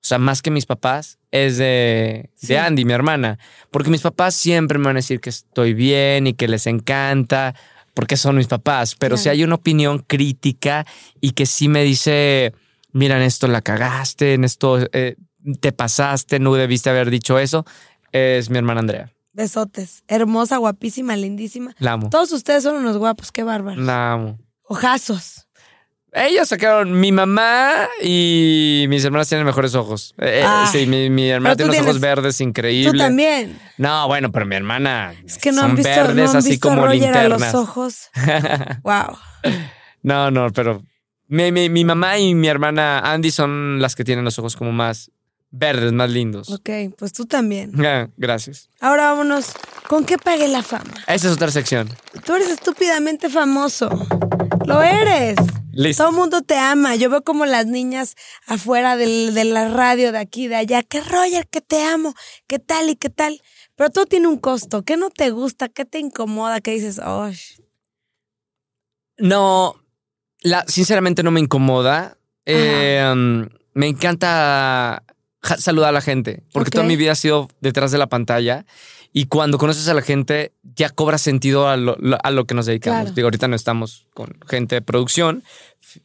B: o sea, más que mis papás, es de,
A: Sí.
B: de Andy, mi hermana. Porque mis papás siempre me van a decir que estoy bien y que les encanta, porque son mis papás. Pero si
A: Claro.
B: hay una opinión crítica y que sí me dice, mira, en esto la cagaste, en esto eh, te pasaste, no debiste haber dicho eso, es mi hermana Andrea.
A: besotes. Hermosa, guapísima, lindísima.
B: La amo.
A: Todos ustedes son unos guapos, qué bárbaros.
B: La amo.
A: Ojazos.
B: Ellos sacaron mi mamá y mis hermanas tienen mejores ojos. Eh, eh,
A: Ah.
B: sí, mi, mi hermana
A: Pero
B: tiene
A: tú
B: unos ojos
A: tienes-
B: verdes increíbles.
A: Tú también.
B: No, bueno, pero mi hermana.
A: Es que no
B: son
A: han visto, no
B: verdes,
A: han
B: así
A: visto a
B: como
A: Roger a
B: linternas.
A: los ojos. wow.
B: No, no, pero mi, mi- mi mamá y mi hermana Andy son las que tienen los ojos como más verdes, más lindos.
A: Ok, pues tú también.
B: Ah, Gracias.
A: Ahora vámonos. ¿Con qué pagué la fama?
B: Esa es otra sección.
A: Tú eres estúpidamente famoso. Lo eres.
B: Listo.
A: Todo el mundo te ama. Yo veo como las niñas afuera del- de la radio de aquí, de allá. Que Roger, que te amo. ¿Qué tal y qué tal? Pero todo tiene un costo. ¿Qué no te gusta? ¿Qué te incomoda? ¿Qué dices? Oh,
B: No, la, sinceramente no me incomoda. Eh, um, me encanta ja- saludar a la gente, porque
A: Ok.
B: toda mi vida ha sido detrás de la pantalla y cuando conoces a la gente ya cobra sentido a lo, lo- a lo que nos dedicamos.
A: Claro.
B: Digo, ahorita no estamos con gente de producción,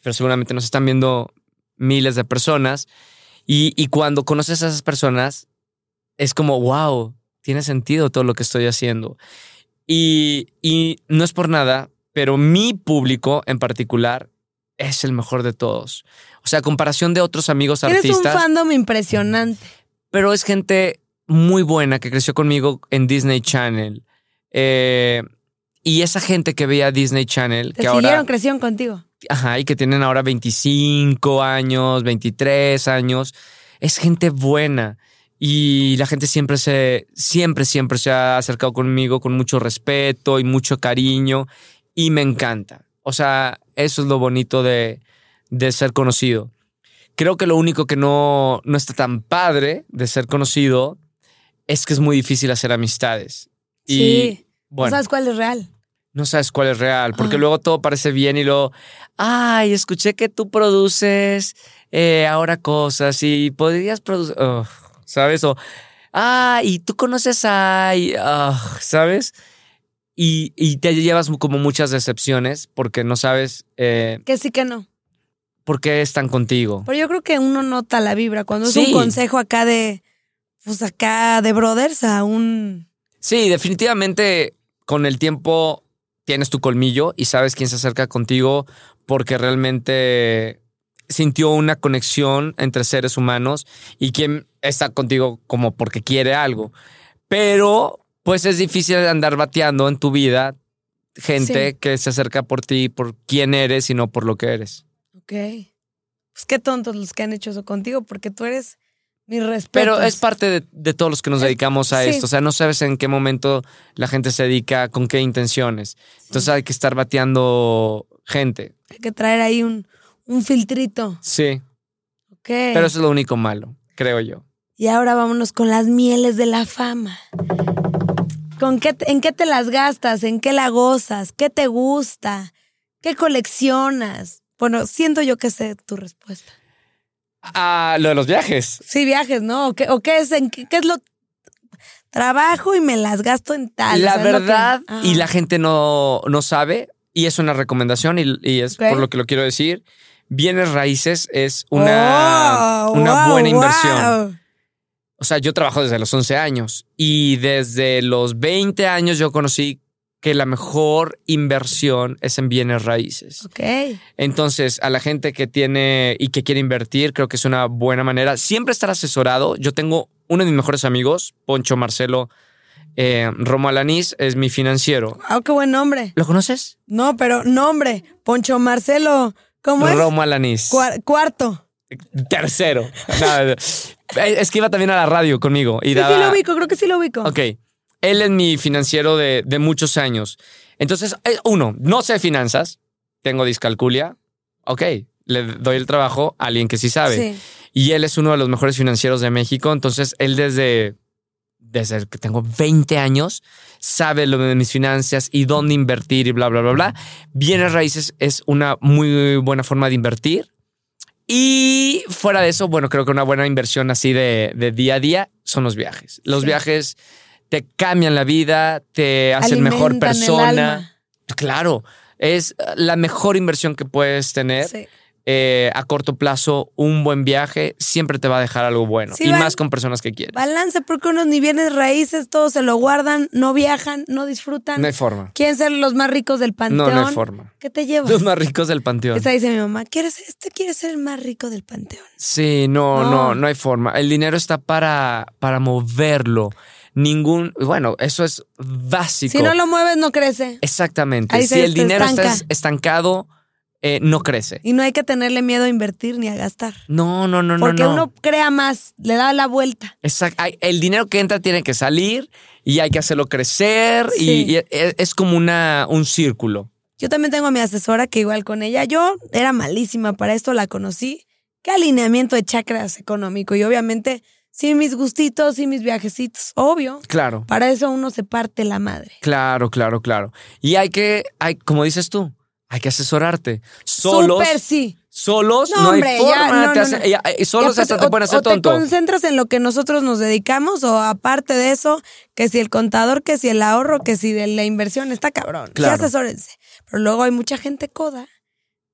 B: pero seguramente nos están viendo miles de personas y, y cuando conoces a esas personas es como, wow, tiene sentido todo lo que estoy haciendo. Y, y no es por nada, pero mi público en particular es el mejor de todos. O sea, a comparación de otros amigos
A: eres un
B: artistas,
A: fandom impresionante.
B: pero es gente muy buena que creció conmigo en Disney Channel. Eh, y esa gente que veía Disney Channel,
A: Te
B: que
A: siguieron,
B: ahora
A: crecieron contigo.
B: ajá, y que tienen ahora 25 años, 23 años, es gente buena. Y la gente siempre se, siempre, siempre se ha acercado conmigo con mucho respeto y mucho cariño. Y me encanta. O sea, eso es lo bonito de, de ser conocido. Creo que lo único que no, no está tan padre de ser conocido es que es muy difícil hacer amistades. Y
A: sí.
B: bueno
A: No sabes cuál es real.
B: no sabes cuál es real, porque
A: Ajá.
B: luego todo parece bien y luego, ay, escuché que tú produces eh, ahora cosas y podrías producir, Ugh, ¿sabes? O, ah, y tú conoces a, y, ugh", ¿sabes? Y, y te llevas como muchas decepciones porque no sabes eh,
A: Que sí que no.
B: por qué están contigo.
A: Pero yo creo que uno nota la vibra. Cuando es
B: Sí.
A: un consejo acá de, pues acá de brothers a un...
B: Sí, definitivamente con el tiempo tienes tu colmillo y sabes quién se acerca contigo porque realmente sintió una conexión entre seres humanos y quién está contigo como porque quiere algo. Pero pues es difícil andar bateando en tu vida gente
A: Sí.
B: que se acerca por ti, por quién eres y no por lo que eres.
A: Ok. Pues qué tontos los que han hecho eso contigo, porque tú eres mi respeto.
B: Pero es parte de, de todos los que nos
A: Es-
B: dedicamos a
A: sí.
B: esto. O sea, no sabes en qué momento la gente se dedica, con qué intenciones. Entonces hay que estar bateando gente.
A: Hay que traer ahí un, un filtrito.
B: Sí.
A: Ok.
B: Pero eso es lo único malo, creo yo.
A: Y ahora vámonos con las mieles de la fama. ¿Con qué, te- ¿En qué te las gastas? ¿En qué la gozas? ¿Qué te gusta? ¿Qué coleccionas? Bueno, siento yo que sé tu respuesta.
B: Ah, lo de los viajes.
A: Sí, viajes, ¿no? ¿O qué, o qué es, en qué, qué es lo... Trabajo y me las gasto en tal. o
B: la
A: sea, Ah, es lo que- ah.
B: verdad,
A: Ajá.
B: y la gente no, no sabe, y es una recomendación y, y es
A: Ok.
B: por lo que lo quiero decir, bienes raíces es una,
A: Oh,
B: una
A: wow,
B: buena inversión.
A: wow.
B: O sea, yo trabajo desde los 11 años y desde los 20 años yo conocí que la mejor inversión es en bienes raíces.
A: Ok.
B: Entonces, a la gente que tiene y que quiere invertir, creo que es una buena manera. Siempre estar asesorado. Yo tengo uno de mis mejores amigos, Poncho Marcelo eh, Romo Alanís, es mi financiero.
A: Wow, qué buen nombre.
B: ¿Lo conoces?
A: No, pero nombre. Poncho Marcelo. ¿Cómo es?
B: Romo Alanís.
A: Cuar- cuarto.
B: Tercero. No, no. es que iba también a la radio conmigo. Y
A: Sí,
B: daba-
A: sí lo ubico, creo que sí lo ubico.
B: Ok. Él es mi financiero de, de muchos años. Entonces, eh, uno, no sé finanzas, tengo discalculia. Ok, le doy el trabajo a alguien que sí sabe.
A: Sí.
B: Y él es uno de los mejores financieros de México. Entonces, él desde, desde que tengo 20 años sabe lo de mis finanzas y dónde invertir y bla, bla, bla, bla. Bienes raíces es una muy buena forma de invertir. Y fuera de eso, bueno, creo que una buena inversión así de, de día a día son los viajes. Los
A: Sí.
B: viajes te cambian la vida, te hacen mejor
A: Alimentan el
B: persona.
A: alma.
B: Claro, es la mejor inversión que puedes tener
A: Sí.
B: eh, a corto plazo, un buen viaje siempre te va a dejar algo bueno.
A: Sí,
B: y
A: va-
B: más con personas que quieren.
A: Balance, porque unos ni bienes raíces, todos se lo guardan, no viajan, no disfrutan.
B: No hay forma.
A: Quieren ser los más ricos del
B: No,
A: panteón.
B: no hay forma.
A: ¿Qué te llevas?
B: Los más ricos del panteón.
A: Esa dice mi mamá, ¿quieres, este quiere ser el más rico del panteón.
B: Sí, no,
A: No.
B: no, no, hay forma. El dinero está para, para moverlo. Ningún, bueno, eso es básico.
A: Si no lo mueves, no crece.
B: Exactamente.
A: Ahí
B: si
A: se-
B: el
A: se
B: dinero está
A: estanca.
B: es- estancado, eh, no crece.
A: Y no hay que tenerle miedo a invertir ni a gastar.
B: No, no, no, no,
A: porque
B: no.
A: uno crea más, le da la vuelta.
B: Exact- hay- El dinero que entra tiene que salir y hay que hacerlo crecer y-
A: Sí.
B: y, es, es como una, un círculo.
A: Yo también tengo a mi asesora que igual con ella, yo era malísima para esto, la conocí. ¿Qué alineamiento de chakras económico? Y obviamente, sí, mis gustitos, sí, mis viajecitos, obvio.
B: Claro.
A: Para eso uno se parte la madre.
B: Claro, claro, claro. Y hay que, hay, como dices tú, hay que asesorarte. Solos,
A: Súper sí.
B: solos,
A: No,
B: no, hay
A: hombre, ya,
B: forma.
A: no,
B: te
A: no,
B: hacen-
A: no.
B: ella- eh, solos
A: Y
B: hasta
A: aparte,
B: te pueden
A: o-
B: hacer
A: o Te
B: tonto.
A: concentras en lo que nosotros nos dedicamos o aparte de eso, que si el contador, que si el ahorro, que si de la inversión, está cabrón.
B: Claro.
A: Sí, asesórense. Pero luego hay mucha gente coda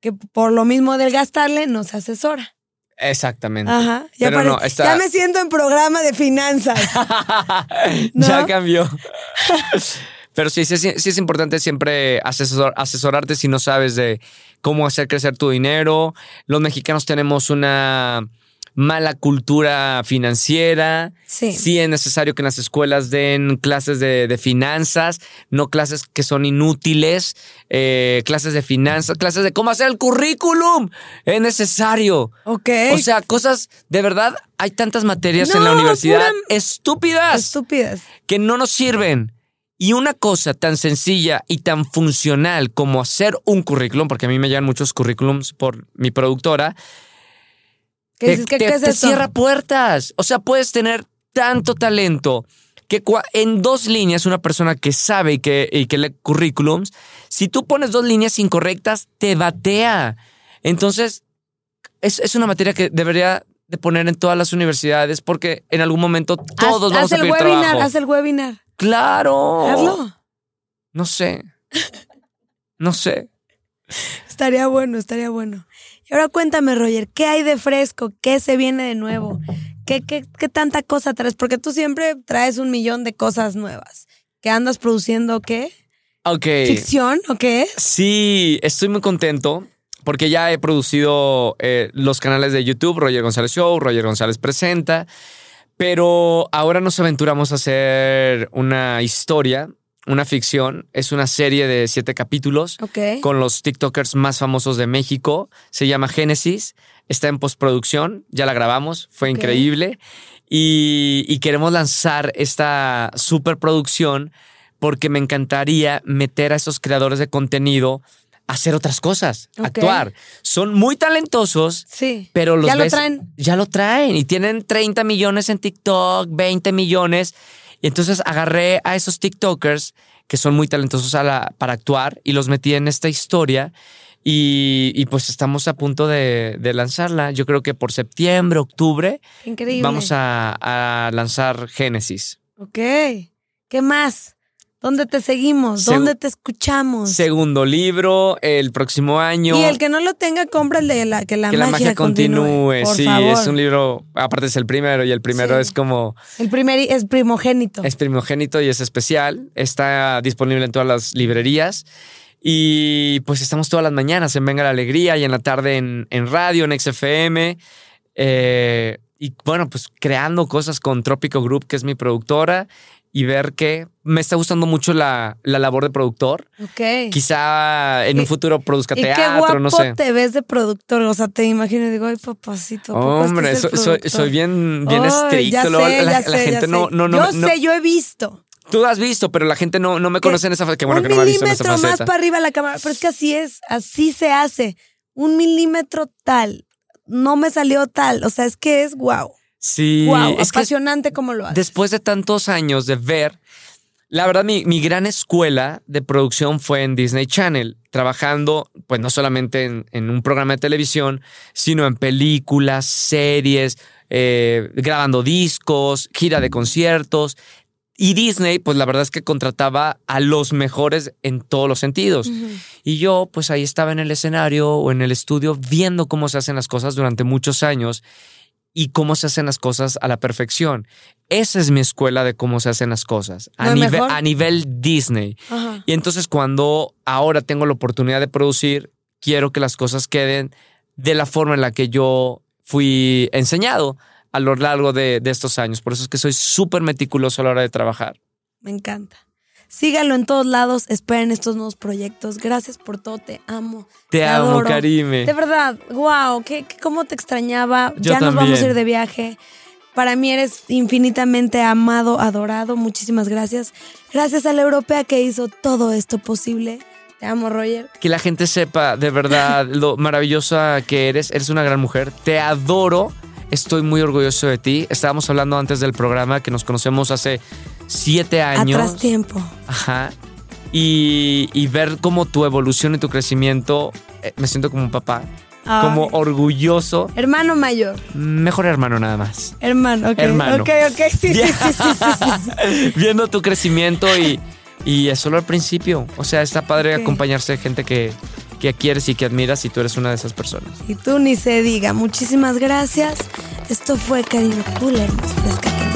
A: que por lo mismo del gastarle no se asesora.
B: Exactamente.
A: Ajá. Ya,
B: Pero
A: pare-
B: no, está-
A: ya me siento en programa de finanzas. ¿No?
B: Ya cambió. Pero sí, sí, sí, sí es importante siempre asesor- asesorarte si no sabes de cómo hacer crecer tu dinero. Los mexicanos tenemos una mala cultura financiera.
A: Sí.
B: Sí es necesario que en las escuelas den clases de, de finanzas, no clases que son inútiles, eh, clases de finanzas, clases de cómo hacer el currículum. Es necesario.
A: Ok.
B: O sea, cosas, de verdad, hay tantas materias en la
A: No,
B: universidad
A: pura-
B: estúpidas
A: Estúpidas.
B: que no nos sirven. Y una cosa tan sencilla y tan funcional como hacer un currículum, porque a mí me llegan muchos currículums por mi productora,
A: ¿Qué
B: te,
A: dices? ¿Qué,
B: te-
A: qué es
B: te
A: eso?
B: cierra puertas. O sea, puedes tener tanto talento que cua- en dos líneas una persona que sabe y que, y que lee currículums, si tú pones dos líneas incorrectas, te batea. Entonces, es, es una materia que debería de poner en todas las universidades porque en algún momento todos
A: haz, haz
B: vamos a
A: el
B: pedir
A: webinar,
B: trabajo.
A: haz el webinar.
B: ¡Claro!
A: Hazlo.
B: No sé. No sé.
A: Estaría bueno, estaría bueno. Y ahora cuéntame, Roger, ¿qué hay de fresco? ¿Qué se viene de nuevo? ¿Qué, qué, qué tanta cosa traes? Porque tú siempre traes un millón de cosas nuevas. ¿Qué andas produciendo? ¿Qué?
B: Ok.
A: ¿Ficción o qué?
B: Sí, estoy muy contento porque ya he producido eh, los canales de YouTube, Roger González Show, Roger González Presenta, pero ahora nos aventuramos a hacer una historia, una ficción. Es una serie de siete capítulos
A: Ok.
B: con los TikTokers más famosos de México. Se llama Génesis. Está en postproducción. Ya la grabamos. Fue
A: Ok.
B: increíble. Y, y queremos lanzar esta superproducción porque me encantaría meter a esos creadores de contenido a hacer otras cosas, a
A: Ok.
B: actuar. Son muy talentosos,
A: Sí.
B: pero los
A: ya lo
B: ves-
A: traen.
B: ya lo traen y tienen 30 millones en TikTok, 20 millones Y entonces agarré a esos TikTokers que son muy talentosos a la- para actuar y los metí en esta historia. Y, y, pues estamos a punto de, de lanzarla. Yo creo que por septiembre, octubre,
A: Increíble.
B: vamos a, a lanzar Génesis.
A: Ok. ¿Qué más? ¿Dónde te seguimos?
B: Segu-
A: ¿Dónde te escuchamos?
B: Segundo libro, el próximo año.
A: Y el que no lo tenga, compra el de la que la,
B: que la
A: magia,
B: magia continúe.
A: Por
B: Sí,
A: favor.
B: es un libro, aparte es el primero y el primero
A: Sí.
B: es como
A: El primer es primogénito.
B: es primogénito y es especial. Está disponible en todas las librerías. Y pues estamos todas las mañanas en Venga la Alegría y en la tarde en, en radio, en XFM. Eh, y bueno, pues creando cosas con Trópico Group, que es mi productora, y ver que me está gustando mucho la, la labor de productor.
A: Ok.
B: Quizá en
A: Y-
B: un futuro produzca
A: y
B: teatro,
A: qué guapo
B: no sé.
A: te ves de productor. O sea, te imagino y digo, ay, papacito. ¿a poco este
B: Hombre,
A: es el
B: soy, soy-
A: productor?
B: soy bien, bien
A: Ay,
B: estricto.
A: ya
B: luego
A: sé,
B: la,
A: ya
B: la
A: sé,
B: gente
A: ya
B: no,
A: sé.
B: no, no,
A: Yo
B: no-
A: sé, yo he visto.
B: Tú has visto, pero la gente no, no me conoce en esa faceta. Qué bueno
A: un
B: que no me ha visto en esa
A: milímetro más
B: faceta.
A: para arriba la cámara. Pero es que así es, así se hace. Un milímetro tal. No me salió tal. O sea, es que es wow.
B: Sí,
A: Wow,
B: es que
A: apasionante como lo haces.
B: después de tantos años de ver, la verdad, mi, mi gran escuela de producción fue en Disney Channel, trabajando, pues no solamente en, en un programa de televisión, sino en películas, series, eh, grabando discos, gira de conciertos. Y Disney, pues la verdad es que contrataba a los mejores en todos los sentidos.
A: Ujú.
B: Y yo, pues ahí estaba en el escenario o en el estudio viendo cómo se hacen las cosas durante muchos años y cómo se hacen las cosas a la perfección. Esa es mi escuela de cómo se hacen las cosas a,
A: Lo
B: nive-
A: mejor.
B: a nivel Disney.
A: Ajá.
B: Y entonces cuando ahora tengo la oportunidad de producir, quiero que las cosas queden de la forma en la que yo fui enseñado a lo largo de, de estos años. Por eso es que soy súper meticuloso a la hora de trabajar.
A: Me encanta. Síganlo en todos lados, esperen estos nuevos proyectos. Gracias por todo, te amo.
B: Te, amo,
A: adoro.
B: Karime.
A: De verdad, wow, ¿qué, qué- cómo te extrañaba.
B: Yo
A: ya nos vamos a
B: también.
A: ir de viaje. Para mí eres infinitamente amado, adorado. Muchísimas gracias. Gracias a la europea que hizo todo esto posible. Te amo, Roger.
B: que la gente sepa de verdad lo maravillosa que eres. Eres una gran mujer. Te adoro. Estoy muy orgulloso de ti. Estábamos hablando antes del programa que nos conocemos hace siete años.
A: Atrás tiempo.
B: Ajá. Y, y ver como tu evolución y tu crecimiento, eh, me siento como un papá,
A: Ay.
B: como orgulloso,
A: Hermano mayor.
B: mejor hermano nada más.
A: Hermano, ok.
B: Hermano.
A: Ok, ok. Sí, sí, sí,
B: Bien.
A: sí, sí, sí, sí.
B: Viendo tu crecimiento y, y es solo al principio. O sea, está padre
A: Ok.
B: acompañarse de gente que, que quieres y que admiras y tú eres una de esas personas.
A: Y tú ni se diga. Muchísimas gracias. Esto fue Cariño Cooler, más fresca que nunca.